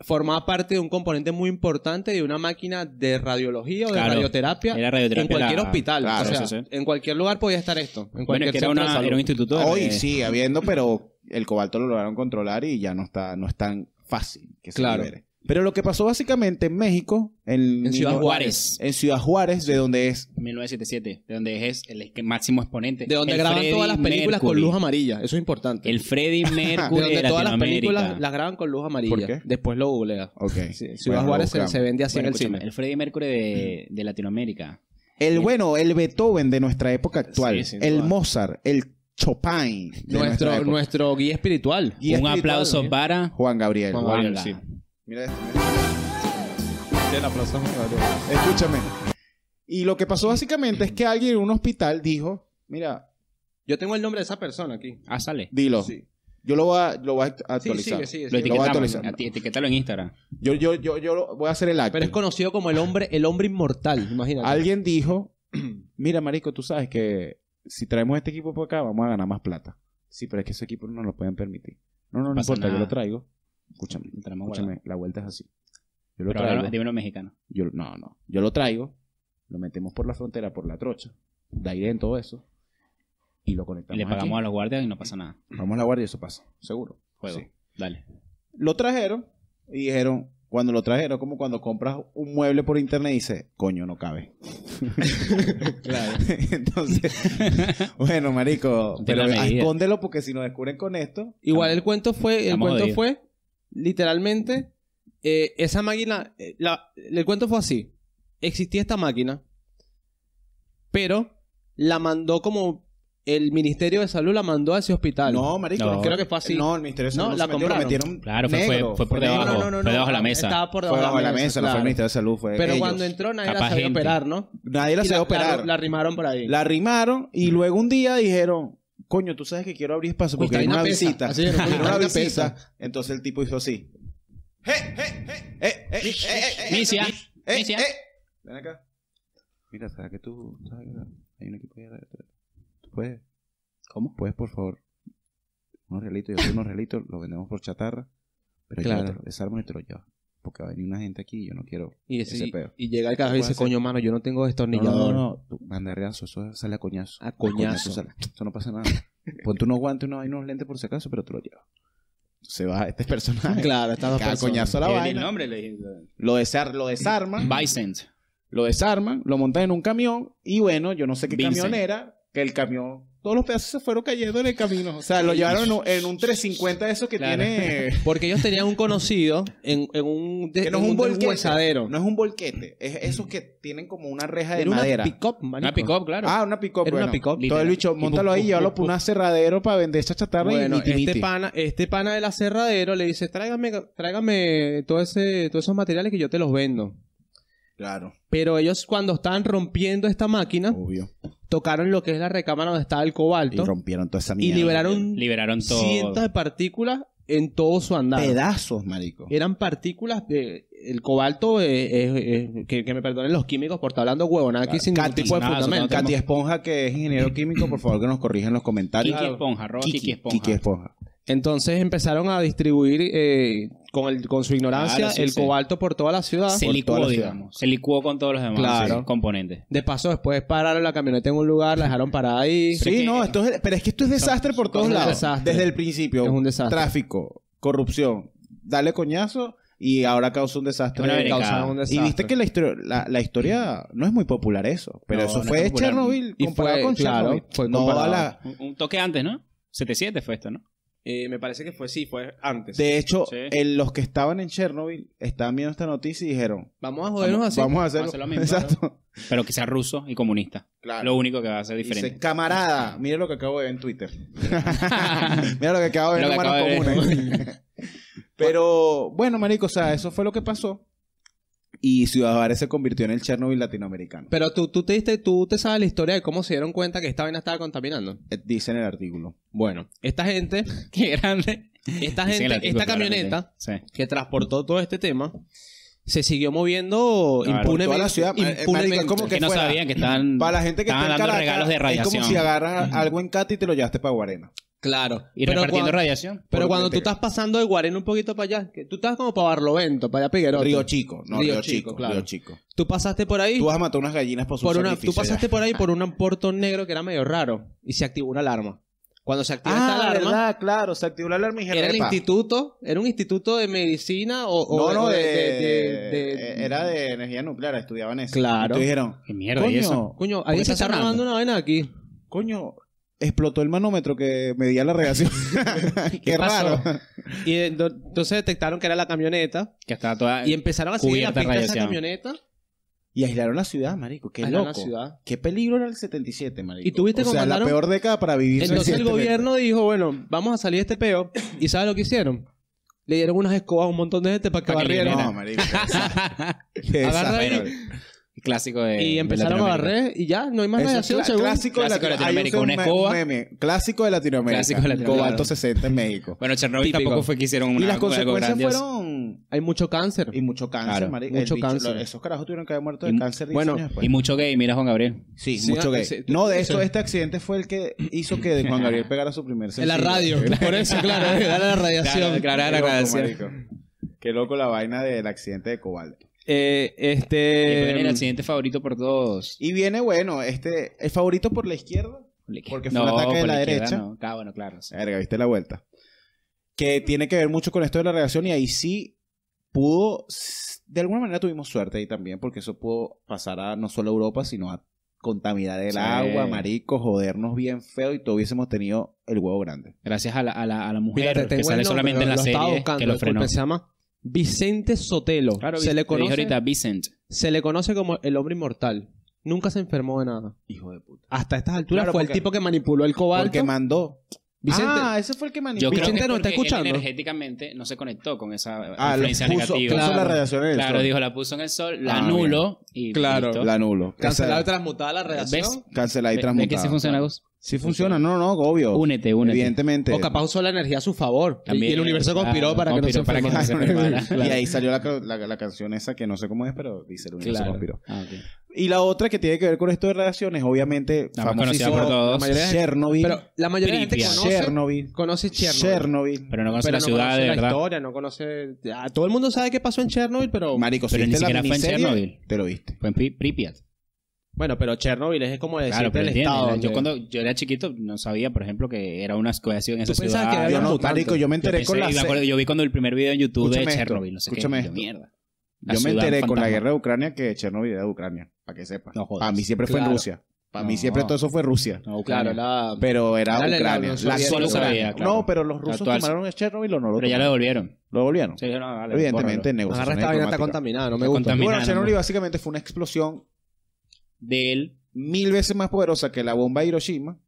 formaba parte de un componente muy importante de una máquina de radiología o de
Claro.
radioterapia,
Era radioterapia,
en cualquier
era-
hospital.
claro,
o sea,
sí, sí.
en cualquier lugar podía estar esto. En
Bueno,
cualquier
es que era,
centro de
una-
salud.
era un instituto. de-
eh,
Hoy sigue habiendo, pero el cobalto lo lograron controlar y ya no está, no es tan fácil que se
Claro.
libere. Pero lo que pasó básicamente en México, en,
En Ciudad
mil-
Juárez. eh,
en Ciudad Juárez, de donde es
1977, de donde es el que- máximo exponente.
De donde
El
graban
Freddie
todas las películas
Mercury.
con luz amarilla. Eso es importante. Ah,
El Freddy
de
Mercury de,
donde todas las
Latinoamérica.
películas las graban con luz amarilla.
¿Por qué?
Después lo googlea.
Ok.
Sí, Ciudad
Bueno, lo
Juárez se,
buscamos.
se vende así
Bueno,
en el
escúchame,
cine.
el Freddy Mercury de, de Latinoamérica.
El
Bien.
bueno, el Beethoven de nuestra época actual.
Sí, sin
el
duda.
Mozart, el Chopin. de nuestra
Nuestro,
época.
nuestro guía espiritual.
Y
Un
espiritual,
aplauso
¿eh?
¿no?
para
Juan Gabriel.
Juan
Juan-
Gabriel,
Ga-
sí.
Mira esto, mira. Escúchame. Y lo que pasó básicamente es que alguien en un hospital dijo, mira,
Yo tengo el nombre de esa persona aquí.
Ah, sale.
dilo. Yo lo voy a, lo voy a act-
Sí,
actualizar.
Lo
sigue, sigue, sigue.
Lo voy a
etiquetamos.
actualizar.
A ti- Etiquétalo en Instagram.
Yo, yo, yo, yo lo- voy a hacer el acto.
Pero es conocido como el hombre, el hombre inmortal, imagínate.
Alguien dijo, mira, marico, tú sabes que si traemos este equipo por acá, vamos a ganar más plata. Sí, pero es que ese equipo no nos lo pueden permitir. No, no, no
Pasa
importa, yo
nada.
lo traigo. Escúchame,
Te lo hemos guardado.
escúchame, la vuelta es así. Yo lo
Pero ahora
traigo.
no- dímelo en mexicano.
yo lo- no, no. Yo lo traigo, lo metemos por la frontera, por la trocha, de ahí en todo eso, y lo
Y
conectamos
le pagamos a
aquí.
los guardias y no pasa nada.
Vamos a la guardia y eso pasa, seguro.
Juego.
Sí.
Dale.
Lo trajeron y dijeron, cuando lo trajeron, como cuando compras un mueble por internet y dices, coño, no cabe. Entonces, bueno, marico,
Tiene
pero
la medida.
escóndelo porque si nos descubren con esto,
Igual el cuento fue, el
Estamos
cuento
jodidos.
fue, literalmente, eh, esa máquina, eh, la- el cuento fue así. Existía esta máquina, pero la mandó como el Ministerio de Salud la mandó a ese hospital.
no, marico,
No.
creo que fue así.
No, el ministerio de
No,
salud no,
la
se metió, lo
compraron.
metieron
Claro, fue- fue-
negro,
fue por debajo,
negro.
fue debajo de la mesa.
Estaba por
Fue
debajo,
debajo de la mesa, no fue el
claro.
ministerio de salud, fue
Pero
ellos.
cuando entró nadie
Capaz
la sabía
gente.
operar, ¿no?
nadie la
Y
se
la-
operar,
La,
la,
la rimaron por ahí.
arrimaron y luego un día dijeron, coño, tú sabes que quiero abrir espacio porque
Costa
hay una
Rica pesa.
visita,
Así era, Costa
Era una
Rica
visita, entonces el tipo hizo así, "Eh, eh, eh, eh, eh, eh, eh, eh,
Misia.
eh,
Misia.
eh". ven acá, mira, sabes que tú, sabes que hay un equipo ahí atrás? tú puedes,
¿Cómo?
puedes por favor, unos realitos, yo quiero unos realitos, los vendemos por chatarra, pero
Claro.
claro, desarmo y te lo llevas, porque va a venir una gente aquí y yo no quiero
Y,
ese
y-
pedo.
y llega el carajo y dice,
Puede ser.
coño, mano, yo no tengo
No, no, no,
destornillador.
no, tú, mandarreazo, eso sale a coñazo.
A coñazo.
sale. Eso no pasa nada. Ponte unos guantes, unos, unos lentes por si acaso, pero te lo llevas. Se va este personaje.
Claro, estas dos
Cada
personas.
eh, coñazo a la
El, el
vaina.
nombre le dije.
Lo, desar- lo desarman.
Vicent.
Lo desarman, lo montan en un camión. Y bueno, yo no sé qué
Vincent.
camión era. Que el camión. Todos los pedazos se fueron cayendo en el camino. O sea, lo llevaron en un, en un 350 de esos que
Claro.
tiene.
Porque ellos tenían un conocido en, en un, de,
Que no
en
es un volquete.
deshuesadero.
No es un volquete. Es esos que tienen como una reja de
Era una
madera.
pick-up, marico.
Una pick-up, claro.
Ah, una pick-up.
Era una
bueno.
pick-up.
Todo el
Literal.
bicho,
Y
montalo
pum,
ahí,
pum,
llévalo
pum,
por un aserradero para vender esta chatarra
Bueno,
y miti,
este
miti.
pana, este pana del aserradero le dice, tráigame, tráigame todo ese, todos esos materiales que yo te los vendo.
Claro,
Pero ellos cuando estaban rompiendo esta máquina,
obvio.
tocaron lo que es la recámara donde estaba el
Oh. Y
cobalto
rompieron toda esa
y,
mierda.
liberaron
Liberaron todo.
cientos de partículas en todo su andar.
pedazos, marico.
Eran partículas de... El cobalto, eh, es- es- que, que me perdonen los químicos por estar hablando huevo, nada aquí sin ningún
Katy,
tipo de
nada, eso
fundamento.
Katy Esponja, que es ingeniero químico, por favor que nos corrija en los comentarios.
Kiki Esponja, arroba Kiki, Esponja.
Kiki Esponja.
Entonces empezaron a distribuir eh, con, el, con su ignorancia
Claro, sí,
el
sí.
cobalto por toda la ciudad.
Se
Por toda
licuó,
la ciudad.
digamos. Se licuó con todos los demás
Claro.
sí, componentes.
De paso, después pararon la camioneta en un lugar, la dejaron parada ahí.
Sí, no, esto es, pero es que esto es desastre por todos
es un
lados.
desastre.
Desde el principio.
Es un desastre.
Tráfico, corrupción, dale coñazo y ahora causa un desastre.
Una vereda.
Causaron un
Y
desastre.
viste que la historia, la, la historia no es muy popular eso, pero
No,
eso
no es
fue
popular.
Chernobyl
Y
comparado
fue,
con
claro,
Chernobyl.
fue
No
comparado.
a la-
Un, un toque antes, ¿no? 77 fue esto, ¿no?
Eh, me parece que fue sí, fue antes.
de hecho,
Sí.
en los que estaban en Chernobyl estaban viendo esta noticia y dijeron,
Vamos a jodernos así.
vamos a hacer,
Vamos a hacer lo mismo,
exacto,
Pero que sea ruso y comunista. Lo único que va a ser
Dice,
diferente.
camarada, mire lo que acabo de ver en Twitter. mira lo que acabo de ver
Lo
en
que
Humanos
acabo de ver.
Comunes. Pero bueno, marico, o sea, eso fue lo que pasó y Ciudad Juárez se convirtió en el Chernobyl latinoamericano.
Pero tú, tú te diste, tú te sabes la historia de cómo se dieron cuenta que esta vaina estaba contaminando.
Eh, Dice en el artículo.
Bueno, esta gente,
Qué grande.
Esta
Dicen el
gente,
Atlético,
esta
claramente.
camioneta
Sí.
que transportó todo este tema se siguió moviendo
Claro.
impunemente.
Toda la ciudad, ma- eh, marico, es
impunemente.
como
Que no
fuera.
sabían que estaban.
Para la gente que
Mm. estaban
está en
dando
Caracas,
regalos de
Es
radiación.
como si agarras algo en Cati y te lo llevaste para Guarena.
Claro.
Y
Pero
repartiendo
cuando-
radiación.
Pero
Por
cuando tú
Guateque.
estás pasando de Guarena un poquito para allá, que tú estás como para Barlovento, para allá Piguerote.
Río Chico, no, Río, Chico,
claro.
Río Chico.
Tú pasaste por ahí,
Tú vas a matar unas gallinas por su
por una,
sacrificio
tú pasaste
allá.
por ahí por un puerto negro que era medio raro y se activó una alarma. Cuando se activa esta
Ah,
alarma,
verdad, claro, se activó la alarma y
era el
epa.
instituto, era un instituto de medicina o, o-
No, no,
o
de, eh,
de- de- de-
era de energía nuclear, estudiaban eso.
Claro.
Y te dijeron,
Qué mierda, ¿y eso?
coño,
Coño,
qué
ahí se
está
está
cerrando?
grabando una vaina aquí.
coño, explotó el manómetro que medía la radiación. Qué,
pasó?
raro.
Y eh, do- entonces detectaron que era la camioneta
Que estaba toda.
y empezaron a seguir la
Cubierta de
pista de esa
radiación.
camioneta
Y aislaron la ciudad, marico, qué
a
loco.
la ciudad.
Qué peligro era el 77, marico.
¿Y tú viste
o
cómo
sea, la
mandaron?
peor década para vivir
Entonces el
recientemente.
gobierno dijo, bueno, vamos a salir de este peo. ¿Y sabes lo que hicieron? Le dieron unas escobas a un montón de gente para que
Pa' que
barrieran.
liberara.
No, marico. qué desastre. Qué
Agarra
desastre.
y-
Clásico Eh, de.
Y
de
empezaron a
Latinoamérica.
barrer y ya, no hay más
Eso es
radiación
cla-
según.
clásico,
Clásico de
de
Latinoamérica,
Latinoamérica.
una
Hay
escoba.
meme, clásico de Latinoamérica.
Clásico de Latinoamérica.
Cobalto 60 en México.
Bueno, Chernobyl
Típico.
tampoco fue que hicieron una,
y las
algo
consecuencias
grandioso.
fueron...
Hay mucho cáncer.
Y mucho cáncer,
Claro,
marico.
mucho
El bicho-
cáncer.
lo- esos carajos tuvieron que haber muerto de
Y-
cáncer 10
bueno,
años después.
Y mucho gay, mira Juan Gabriel.
Sí,
Sí,
mucho
ah,
gay.
sí, tú-
no, de
sí.
hecho, este accidente fue el que hizo que Juan Gabriel pegara su primer
en
sencillo.
la radio. Por eso, claro, era la
Claro,
radiación.
Qué
era
loco,
gracias.
marico. Qué loco la vaina del accidente de Cobalto.
Eh,
Después viene el
este...
accidente favorito por todos.
Eh, Y viene, bueno, este... El favorito por la izquierda. Porque fue un
No,
ataque de
por
la
izquierda
derecha.
no. Ah, bueno, claro. sí.
Verga, viste la vuelta. Que tiene que ver mucho con esto de la reacción y ahí sí pudo, s- de alguna manera tuvimos suerte ahí también, porque eso pudo pasar a no solo a Europa, sino a contaminar el
Sí.
agua, marico, jodernos bien feo y todos hubiésemos tenido el huevo grande.
Gracias a la, a la, a la mujer
Fíjate,
que
tengo
sale
el nombre,
solamente en la
lo estaba
serie
buscando,
que lo
disculpe,
frenó.
Se llama Vicente Sotelo.
Claro,
se, le conoce,
ahorita Vicent.
se le conoce como el hombre inmortal. Nunca se enfermó de nada.
Hijo de puta.
Hasta estas alturas
Claro,
fue el
porque-
tipo que manipuló el cobalto.
Porque mandó.
Vicente.
Ah, ese fue el que manipuló.
Yo creo
Vicente
que
no está
porque él
escuchando.
energéticamente no se conectó con esa
Ah, lo
influencia
puso,
negativa.
puso la
Claro.
radiación en el
Claro,
sol.
dijo, la puso en el sol, la
Ah,
anuló y
Claro,
listo.
La nulo.
Cancelada y transmutada la radiación.
¿Ves?
Cancelada
¿Ve-
y
ve
transmutada.
que sí funciona, Gus?
Sí funciona, no, no, obvio.
Únete, únete.
Evidentemente.
O capaz usó la energía a su favor.
También,
y el universo conspiró
claro,
para que no se
conspiró para que
enfermara.
no se enfermara.
Y ahí salió la, ca- la- la canción esa que no sé cómo es, pero dice el universo
Claro.
conspiró.
Ah, ok.
Y la otra que tiene que ver con esto de radiaciones, obviamente,
La más
famosísimo,
conocida por todos.
la mayoría de- Chernobyl,
Pero la mayoría de la gente
Pripyat.
conoce
Chernobyl,
conoce
Chernobyl,
Chernobyl.
Pero no conoce
Pero
la
no
ciudad,
conoce
de
la
verdad.
historia, no conoce... ah, todo el mundo sabe qué pasó en Chernobyl, pero...
Marico, si
Pero ni
viste
siquiera
la
fue en
miniserie,
Chernobyl.
te lo viste.
Fue en Pri- Pripyat.
Bueno, pero Chernobyl es como decirte
Claro, pero
el
entiendes,
estado.
Yo
donde-
cuando yo era chiquito no sabía, por ejemplo, que era una escuela así en esa
pensabas
ciudad.
que había
Yo no,
mutante.
marico, yo me
Yo
enteré
pensé-
con la
y me
se-
acuerdo- yo vi cuando el primer video en YouTube
Escúchame
de
esto,
Chernobyl, no sé
escúchame
qué,
esto.
yo, mierda. La
Yo me
ciudad,
enteré
un
con la
fantasma.
guerra de Ucrania que Chernobyl era de Ucrania, para que sepas.
No jodas.
para mí siempre fue en
Claro.
Rusia. Para mí
No.
siempre todo eso fue Rusia.
No,
Claro,
Ucrania.
la...
Pero era
Dale, la
Ucrania.
Unión Soviética.
actual
Solo
Ucrania.
sabía, claro.
No, pero los rusos
actual-
tomaron el Chernobyl o no lo
Pero ya
tomaron?
lo devolvieron.
¿Lo volvieron?
Sí, no, vale,
Evidentemente, negociaciones
Agarra esta vaina, está
diplomáticas.
contaminada, no me
Está
gusta.
contaminada.
Bueno,
Mirando.
Chernobyl básicamente fue una explosión
bórralo. De él.
mil veces más poderosa que la bomba de Hiroshima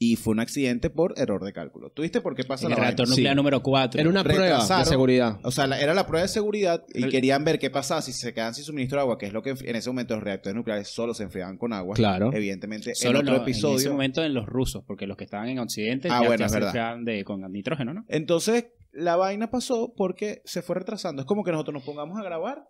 y fue un accidente por error de cálculo. ¿Tuviste por qué pasa
El
la vaina?
reactor nuclear
Sí.
número 4.
Era una prueba
Retrasaron.
de seguridad.
O sea, la- era la prueba de seguridad y querían ver qué pasaba si se quedaban sin suministro de agua, que es lo que enfri- en ese momento los reactores nucleares solo se enfriaban con agua.
Claro.
Evidentemente,
Solo
en otro
no,
episodio.
en ese momento en los rusos, porque los que estaban en Occidente
Ah,
ya
bueno,
se
es verdad.
enfriaban de- con nitrógeno, ¿no?
Entonces, la vaina pasó porque se fue retrasando. Es como que nosotros nos pongamos a grabar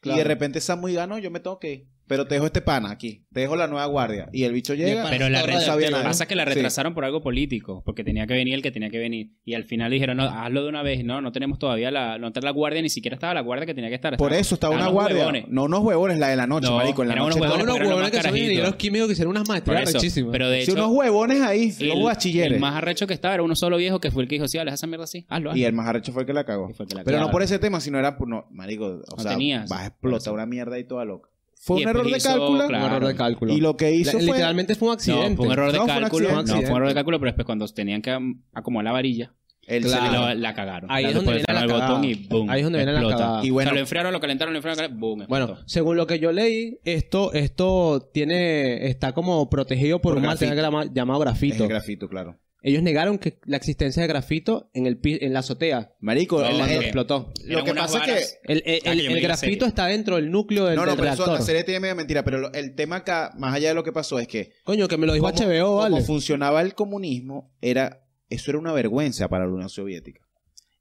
Claro.
y de repente Samu diga, "Ah, no, yo me tengo que ir. Pero te dejo este pana aquí, te dejo la nueva guardia. Y el bicho llega.
Pero la
no
re-
sabía
lo que
nada.
pasa es que la
Sí.
retrasaron por algo político, porque tenía que venir el que tenía que venir. Y al final dijeron, no, hazlo de una vez. No, no tenemos todavía la, no está la guardia, ni siquiera estaba la guardia que tenía que estar.
Por eso estaba
estaban
una
unos
guardia.
huevones.
No unos huevones, la de la noche,
No,
marico. En la
eran unos
noche
huevones,
no.
Unos
pero era lo
huevones
más
que son
carajito.
ingenieros químicos que hicieron unas
Por
maestrías
eso.
rechísimas.
Pero de
Sí,
hecho,
unos huevones ahí,
el,
unos bachilleres.
el más arrecho que estaba era uno solo viejo que fue el que dijo, sí, dale esa mierda así, hazlo, hazlo.
Y el más arrecho fue el que la cagó.
Y fue el que la
Pero no
cagaron.
por ese tema, sino era por. No, marico, o
No
sea,
tenías.
vas a explotar una mierda y toda loca. Fue
Y
un error de
después hizo,
cálculo.
claro.
Un error de cálculo.
Y lo que hizo
Le-
fue.
Literalmente fue un accidente.
No, fue un error de
No, fue un
cálculo. no,
accidente.
fue un error de cálculo, pero después cuando tenían que am- acomodar la varilla,
el-
Claro.
se le-
la, la cagaron.
Ahí es
Después
donde viene
frenaron
la
el
cagada.
botón y boom.
Ahí es donde viene la
explota.
cagada.
Y
O sea,
bueno,
lo enfriaron, lo calentaron, lo enfriaron, lo calentaron, boom.
Bueno,
explotó.
según lo que yo leí, esto, esto tiene, está como protegido por,
Por
un material grama- llamado
es
grafito.
el grafito, claro.
Ellos negaron que la existencia de grafito en el pi- en la azotea
Marico,
No,
el-
marico.
el-
explotó.
lo
Eran
que
unas
pasa es
varas.
que.
El, el-
Ah, que yo
el-
me
el
vi la
grafito
serie.
está dentro del núcleo del,
No, no,
del
pero eso,
reactor.
la serie tiene media mentira. Pero lo- el tema acá, más allá de lo que pasó, es que
Coño, que me lo dijo
como-
HBO,
como
vale.
funcionaba el comunismo, era Eso era una vergüenza para la Unión Soviética.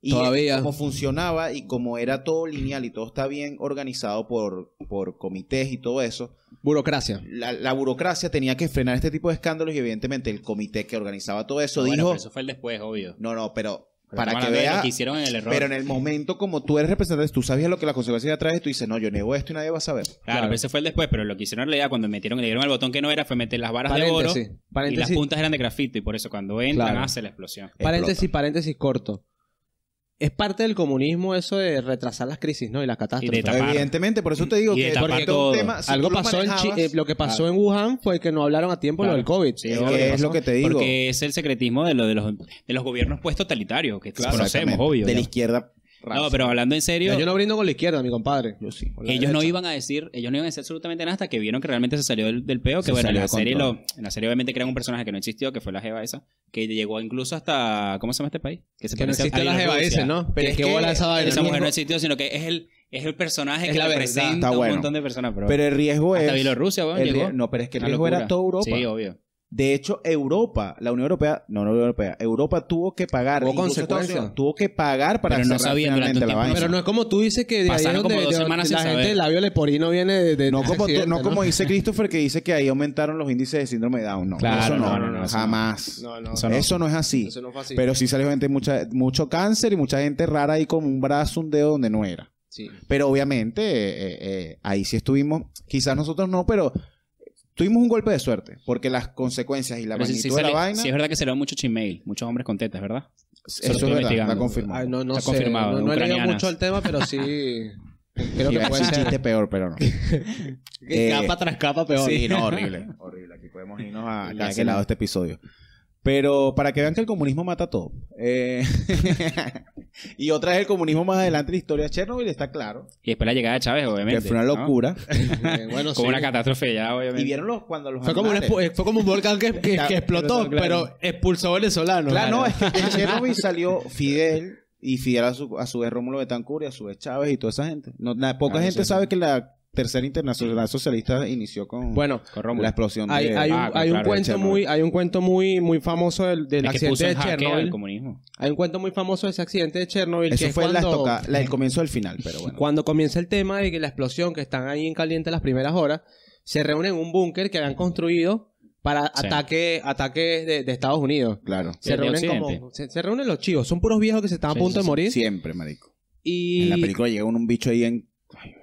Y
Todavía.
cómo funcionaba y como era todo lineal y todo está bien organizado por, por comités y todo eso,
Burocracia.
la, la burocracia tenía que frenar este tipo de escándalos y evidentemente el comité que organizaba todo eso
Bueno,
dijo,
pero eso fue el después, obvio.
no, no, pero
Pero
para
estamos
que
hablando de lo
vea,
que hicieron en el error.
pero en el momento como tú eres representante, tú sabías lo que la consecuencia trae y tú dices, no, yo niego esto y nadie va a saber.
Claro, pero ese fue el después, pero lo que hicieron en realidad cuando metieron, le dieron el botón que no era, fue meter las varas de
Paréntesis.
oro y las
Paréntesis,
puntas eran de grafito y por eso cuando entran ah,
Claro.
hace la explosión.
paréntesis, paréntesis corto. Es parte del comunismo eso de retrasar las crisis, ¿no? Y las catástrofes.
tapar.
Evidentemente, por eso te digo
Y de
que
tapar
porque
todo.
si
Algo
tú lo
pasó en Chi-
manejabas-
eh, lo que pasó en Wuhan fue que no hablaron a tiempo lo
Claro.
del COVID.
Sí,
Es
obvio,
que eh, es
pasó.
lo que te digo.
Porque es el secretismo de, lo, de, los, de los gobiernos pues totalitarios, que conocemos,
Exactamente.
obvio.
De la
ya.
izquierda.
No, pero hablando en serio,
Yo no brindo con la izquierda, mi compadre. Yo sí.
ellos no iban a decir, ellos no iban a decir absolutamente nada hasta que vieron que realmente se salió del, del peo, que
Se
bueno, en
salió
la
de
serie
control.
lo- en la serie obviamente crean un personaje que no existió, que fue la Jeva esa, que llegó incluso hasta ¿cómo se llama este país? Que se
Que no
parece a-
existe
a
la
Rusia.
jeva ese, ¿no? Pero
Es
es que
que
bola esa vaina.
Esa
¿no?
mujer no existió, sino que es el, es el personaje
Es
que
la verdad.
representa
Está
un
bueno.
montón de personas, pero,
Pero el riesgo
hasta
es.
Bielorrusia, weón,
el
llegó.
rie- no, pero es que el
Una
riesgo
locura.
era toda Europa.
Sí, obvio.
De hecho, Europa, la Unión Europea, no, no la Unión Europea, Europa tuvo que pagar.
Hubo
incluso Estados
consecuencias.
Unidos Tuvo que pagar para
Pero no
cerrar
sabían durante
finalmente
un
la
tiempo,
vaina.
Pero no es como tú dices que de ahí
Pasaron
es donde-
como dos
de-
semanas sin
la gente
saber.
del labio leporino viene de, de
No
ese
como, tú-
accidente,
no como dice Christopher que dice que ahí aumentaron los índices de síndrome de Down. No,
Claro,
eso no,
no, no, no, eso
jamás.
No, no,
Eso no, es así.
eso no fue así.
Pero sí salió gente, mucha, mucho cáncer y mucha gente rara ahí con un brazo, un dedo donde no era.
Sí.
Pero obviamente eh, eh, eh, ahí sí estuvimos, quizás nosotros no, pero tuvimos un golpe de suerte. Porque las consecuencias y la
Pero sí,
magnitud
sí
de la
sale-
vaina,
sí es verdad que se le da mucho chimail, muchos hombres con tetas, ¿verdad?
eso es
estoy
verdad,
investigando.
la confirmamos.
Ay,
Y
no, no
Está
sé.
confirmado,
No, no he leído
ucranianas.
mucho el tema, pero sí. creo
iba
que
a
puede
decir
ser.
chiste peor, pero no. Eh,
Capa tras capa peor.
Sí, no, horrible. horrible. Aquí podemos irnos a
Ya que
cancelado este episodio. Pero para que vean que el comunismo mata todo. Eh, y otra es el comunismo más adelante en la historia de Chernobyl, está claro.
Y después la llegada de Chávez, obviamente.
Que fue una
¿no?
locura.
Eh, bueno,
Como
sí.
una catástrofe ya, obviamente.
Y vieron los, cuando los
Fue como, una
animales-
expu- eh, fue como un volcán que, que- que explotó, pero expulsó venezolanos.
Claro, no, es que de Chernobyl salió Fidel y Fidel a su, a su vez Rómulo Betancourt y a su vez Chávez y toda esa gente. No, na- poca
Claro,
gente
sí.
sabe que la tercera internacional socialista inició con
Bueno,
Con Rómulo.
la explosión
hay,
de...
hay un,
Ah,
hay un
claro,
cuento
Chernobyl.
muy, hay un cuento muy, muy famoso del, del
Es que puso
accidente
en
de
jaque al
Chernobyl.
comunismo.
Hay un cuento muy famoso de ese accidente de Chernobyl.
Eso
que
fue
es
la
cuando,
estoca- la- el comienzo del final, pero bueno.
Cuando comienza el tema de que la explosión que están ahí en caliente las primeras horas, se reúnen en un búnker que habían construido para
Sí.
ataque, ataques de, de Estados Unidos.
Claro.
Se
de
reúnen,
Occidente.
como, se, se reúnen los chivos, son puros viejos que se están
Sí,
a punto
sí,
de
sí.
morir.
Siempre, marico.
Y
En la película llega un, un bicho ahí en...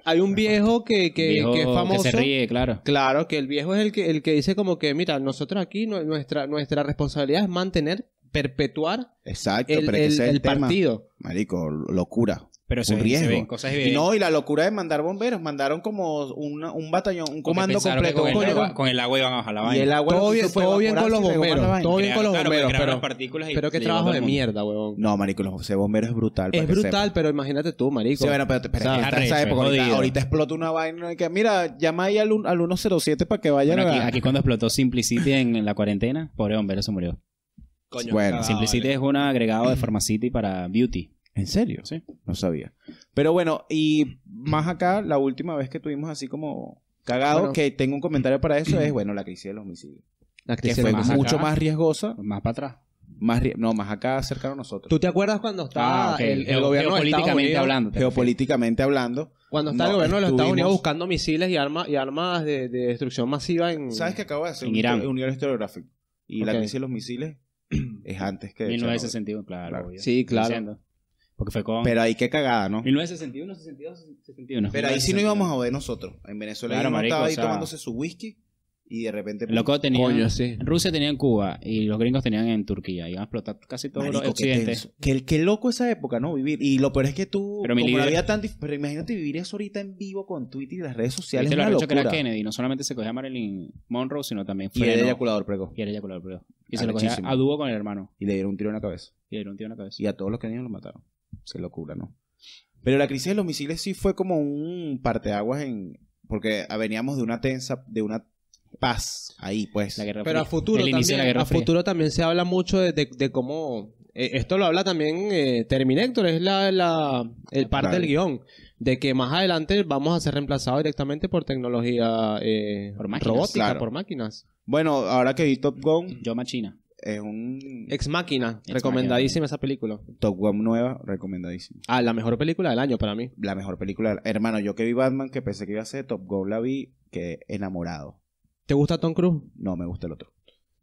hay un viejo que, que,
Viejo
que es famoso.
se ríe, claro.
Claro, que el viejo es el que, el que dice como que, mira, nosotros aquí nu- nuestra, nuestra responsabilidad es mantener, perpetuar
Exacto,
el,
pero es que
el-
ese es
el
el tema.
partido.
Marico, locura.
Pero se,
Un
ven- se
riesgo.
ven cosas
Y
evidentes.
no, y la locura de mandar bomberos. Mandaron como una- un batallón, un
Porque
comando
pensaron que
completo.
Con el,
coño.
agua, con el agua iban a bajar la vaina.
Y el agua
todo
no
bien,
se fue
todo bien con
evaporar,
los
se regó en la
bomberos,
vaina.
todo bien con los
Claro, porque
bomberos,
crearon las
pero,
partículas y
pero qué
le llegó a
trabajo
todo
de
el mundo.
mierda, huevón.
No, marico, los ese bombero es brutal. para
es
que
brutal,
sepa.
pero imagínate tú, marico.
Sí, bueno, pero, pero
sea,
es que está esa
arrecho,
época,
es
ahorita,
jodido.
ahorita explota una vaina que mira, llama ahí al, un- al 107 para que vayan
Bueno, aquí,
a...
aquí cuando explotó Simplicity en, en la cuarentena, pobre hombre, se murió.
Coño,
Bueno.
Simplicity es un agregado de Pharmacity para Beauty.
¿En serio?
Sí.
No sabía. Pero bueno, y más acá, la última vez que tuvimos así como cagado,
Bueno.
que tengo un comentario para eso, es, bueno, la crisis de los misiles.
La
Que
crisis
fue
de los
más
mucho
acá.
más riesgosa,
Más para atrás.
más rie- no, más acá cercano a nosotros.
¿Tú te acuerdas cuando estaba
Ah, ok.
el, el
Geo-
gobierno de Estados
geopolíticamente
Unidos?
hablando. te refieres.
Geopolíticamente hablando,
Cuando estaba
No,
el gobierno de los Estados
estuvimos-
Unidos buscando misiles y armas y armas de, de destrucción masiva en
¿sabes que acabo de hacer
En
un,
Irán.
un guión historiográfico? Y la
Ok.
crisis de los misiles es antes que...
1961, claro.
Claro.
obvio.
Sí, claro.
Diciendo. Porque fue con...
Pero ahí qué cagada, ¿no?
1961, 62, 61.
Pero ahí sí no íbamos a joder nosotros. En Venezuela
Claro,
uno
marico,
estaba ahí
o sea-
tomándose su whisky y de repente... pues,
El Loco tenía...
Coño, sí.
Rusia tenía en Cuba y los gringos tenían en Turquía. Iban a explotar casi todo
Marico,
los
qué
occidentes.
tenso. Qué, qué loco esa época, ¿no? Vivir. Y lo peor es que tú...
Pero mi
como la
líder-
vida tan dif- Pero imagínate vivir eso ahorita en vivo con Twitter y las redes sociales.
Viste
Es
lo
una
arrecho que era
locura.
Kennedy. No solamente se cogía a Marilyn Monroe, sino también
Y el
frenó.
eyaculador pregó.
Y era eyaculador, pero- Y se lo cogía
Arrechísimo.
a dúo con el hermano.
Y le dieron un tiro en la cabeza.
Y le dio un tío en la cabeza.
Y a todos los kenianos lo mataron. Qué locura, ¿no? Pero la crisis de los misiles sí fue como un parteaguas en... Porque veníamos de una tensa... De una paz ahí, pues.
La Guerra
Pero a
Fría.
futuro,
El inicio de la
también,
Guerra
a
Fría.
futuro también se habla mucho de, de- de cómo... eh, esto lo habla también eh, Terminator, es la, la- el parte
Claro.
del guión. De que más adelante vamos a ser reemplazados directamente por tecnología eh,
Por máquinas,
robótica,
claro.
por máquinas.
Bueno, ahora que vi Top Gun...
Yo machina.
es un
Ex Máquina.
Ex
Recomendadísima esa película.
Top Gun nueva, recomendadísimo.
Ah, la mejor película del año para mí.
La mejor película. Hermano, yo que vi Batman, que pensé que iba a ser Top Gun, la vi, que enamorado.
¿Te gusta Tom Cruise?
No, me gusta el otro.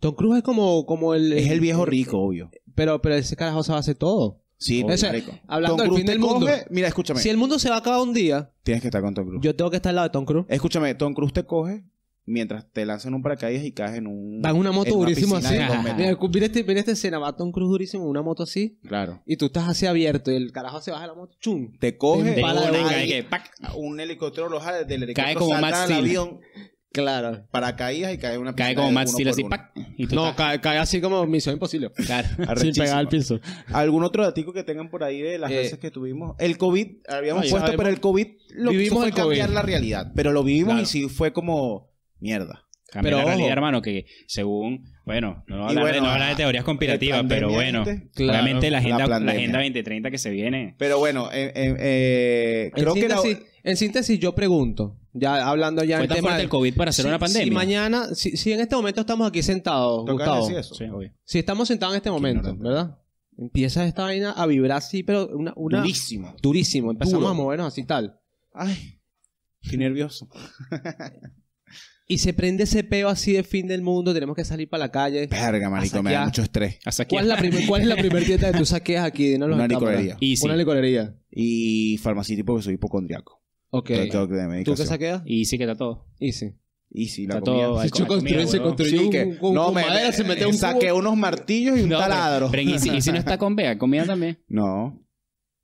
Tom Cruise es como, como el...
Es el viejo rico, obvio.
Pero, pero ese carajo se va a hacer todo.
Sí,
O sea,
marico.
hablando del
Cruise
fin
te
del mundo.
coge- mira, escúchame.
Si el mundo se va a acabar un día,
Tienes que estar con Tom Cruise.
yo tengo que estar al lado de Tom Cruise.
Escúchame, Tom Cruise te coge mientras te lanzan un paracaídas y caes en un.
Va en una moto
en
durísimo
piscina
así.
de dos metros.
Mira, cu- mira este- mira esta escena, va Tom Cruise durísimo en una moto así.
Claro.
Y tú estás así abierto y el carajo se baja de la moto. ¡Chum!
Te coge
De
para
una,
nadie,
y que, ¡pac!
un helicóptero lo jala del helicóptero.
Cae como
salta
Max
al
Steel.
avión,
Claro.
paracaídas y cae en una
Cae
piscina
como
de
Max
uno
Steel
por
así,
uno.
¡pac! Y tú
No,
estás-
cae, cae así como Misión Imposible.
claro.
Sin pegar al piso.
Arrechísimo. ¿Algún otro datico que tengan por ahí de las
Eh,
veces que tuvimos? El COVID, habíamos
no, ya
puesto,
sabemos.
pero el COVID lo que hizo
Vivimos
fue
el
cambiar
COVID.
la realidad. Pero lo vivimos
Claro.
y sí fue como mierda.
Cambia
Pero
la realidad,
ojo.
hermano, que según, bueno, no
Y
hablar, de,
bueno,
no hablar de
ah,
teorías conspirativas,
de
pero
pandemia,
bueno,
gente.
Claro,
claramente la
la
agenda, la,
pandemia.
agenda 2030 que se viene.
Pero bueno, eh, eh, eh,
En,
creo que la-
síntesis, en síntesis, yo pregunto, ya hablando ya
Fue
en
tan
tema
fuerte
del
el COVID para hacer
si,
una pandemia.
Si mañana, si, si en este momento estamos aquí sentados,
toca
Gustavo,
decir eso.
Sí, obvio.
si estamos sentados en este momento,
ignorante.
¿verdad? Empieza esta vaina a vibrar así, pero una, una
Durísimo.
durísimo. Empezamos
Duro.
a movernos así tal.
Ay, estoy nervioso.
Y se prende ese peo así de fin del mundo, tenemos que salir para la calle.
Verga, marico, me da
saquear.
mucho estrés.
Hasta aquí.
¿Cuál es la, primer- cuál es la primer dieta que tú saqueas aquí? Dinoslo
Una
en cámara.
licorería.
Easy.
Una licorería.
Y farmacéutico porque soy hipocondriaco.
Ok.
Entonces tengo que tener
¿Tú qué
medicación.
saqueas?
Y sí que está todo.
Y sí.
Y sí, la
Está
comida.
todo.
Yo construí, se
construye.
construyó
Sí,
un-
que-
un- con
no, me,
madera, se metió un
saqué
cubo.
unos martillos y un taladro.
Pero, y, si, y si no está con Vega, comida también.
No.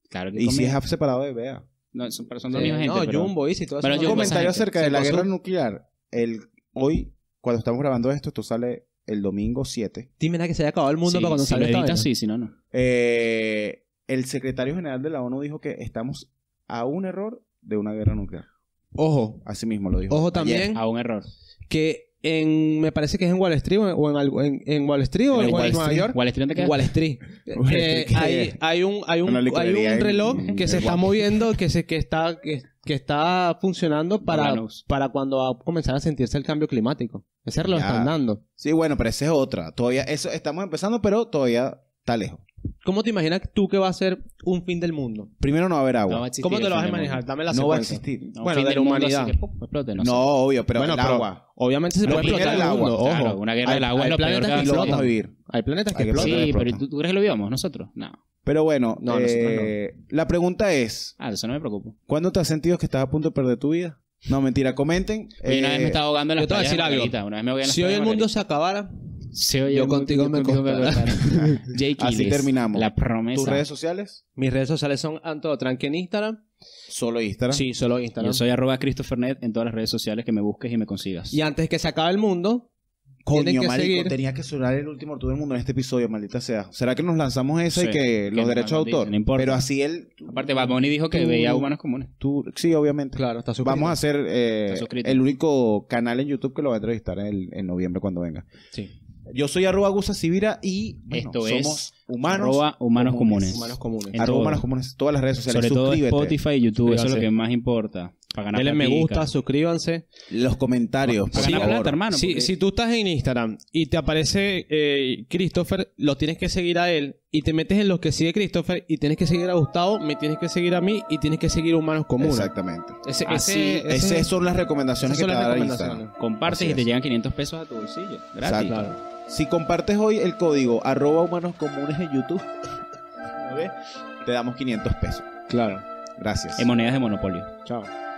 Claro que
Y si
comida.
es separado de Bea.
No, son, pero son dos
Eh,
mismas
no,
gente. pero-
Jumbo, Easy, todo eso.
Bueno,
Un
Jumbo,
comentario
esa gente.
acerca de
Se
la
pasó.
guerra nuclear. El, hoy, cuando estamos grabando esto, esto sale el domingo 7.
Dime nada que se haya acabado el mundo
Sí,
para cuando
si lo
salga esta
editas,
vaina.
sí, si no, no.
Eh, el secretario general de la ONU dijo que estamos a un error de una guerra nuclear.
Ojo.
Así mismo lo dijo.
Ojo
ayer.
también
A Ah, un error.
que en... Me parece que es en Wall Street o en, o en algo- en- en Wall Street o en,
En Wall
Nueva
Street.
York.
¿Cuál estrella te queda?
Wall Street.
Wall
Eh,
Street, que-
hay, hay un, hay un,
Una
hay
licorería
un
en-
reloj que
en
se
el
está
Guam.
moviendo, que se que está que, que está funcionando para,
Órganos.
para cuando va a comenzar a sentirse el cambio climático. Ese reloj
Ya.
están dando.
Sí, bueno, pero esa es otra. Todavía, eso estamos empezando, pero todavía está lejos.
¿Cómo te imaginas tú que va a ser un fin del mundo?
Primero no va a haber
No va
agua.
a existir
¿Cómo te
el
lo vas
fin
a
del
manejar?
mundo.
Dame la
No va a
secuencia.
existir.
No,
Bueno,
fin
de
del
la
mundo, así
humanidad.
que, pum, explote,
No,
no sé.
obvio, pero
Bueno,
el
pero-
agua.
Obviamente se
Lo
puede
primero
explotar el
el agua,
mundo, ojo.
Claro, una guerra
Hay-
del agua es
hay
lo peor
planetas
que va a
Y
que
lo
hacer.
vamos a
explotan.
vivir.
Hay planetas que
Hay que
explotan.
explotar.
Sí,
explota.
pero ¿y ¿tú, tú crees que lo vivamos nosotros? No.
Pero bueno,
No, nosotros
eh, la pregunta es,
Ah, de eso no me preocupo.
¿cuándo te has sentido que estás a punto de perder tu vida? No, mentira, comenten.
Oye, una vez me
Eh,
estaba ahogando en las
yo te voy a
playas de
decir algo.
Margarita. Una vez me ahogué en las
Si hoy
playas
el
de
mundo
Margarita.
se acabara,
Sí, oye,
yo
el
contigo
mundo-
me
contaron. Jake
Así
Gillis,
terminamos.
La promesa.
¿Tus redes sociales?
mis redes sociales son Anto Tranque en Instagram.
Solo Instagram.
Sí, solo Instagram.
Yo soy arroba ChristopherNet en todas las redes sociales que me busques y me consigas.
Y antes que se acabe el mundo, tienen
Coño,
que
marico,
seguir.
tenía que sonar el último todo del mundo en este episodio, maldita sea. ¿Será que nos lanzamos eso
Sí,
y que los
no,
derechos de
no,
autor?
no importa.
Pero así él...
Aparte, Bad Bunny dijo que
Tú-
veía humanos comunes.
Tú, sí, obviamente.
claro, está suscrito.
Vamos a hacer eh,
Está suscrito.
el único canal en YouTube que lo va a entrevistar en, en noviembre cuando venga.
Sí.
Yo soy arroba gusasivira y bueno,
Esto es
somos humanos.
arroba humanos comunes.
Humanos comunes.
En
arroba
todo.
humanos comunes. Todas las redes sociales.
Sobre todo
Suscríbete.
Spotify y YouTube. Eso es lo
Suscríbanse.
que más importa. Para ganar
Denle me
platica.
gusta, suscríbanse.
Los comentarios, por
Para ganar
favor.
plata, hermano.
si,
Ah, porque-
si tú estás en Instagram y te aparece eh, Christopher, lo tienes que seguir a él. Y te metes en los que sigue Christopher y tienes que seguir a Gustavo, me tienes que seguir a mí y tienes que seguir a Humanos Comunes.
Exactamente.
Ese,
Así,
ese- ese-
Esas son las recomendaciones
esas
que
son
te
las
da
recomendaciones.
Instagram.
Compartes
Así
y te
es.
llegan 500 pesos a tu bolsillo. Gratis.
Exacto. Si compartes hoy el código arroba humanos comunes en YouTube, ¿no ves? te damos 500 pesos.
Claro.
Gracias.
En monedas de monopolio.
Chao.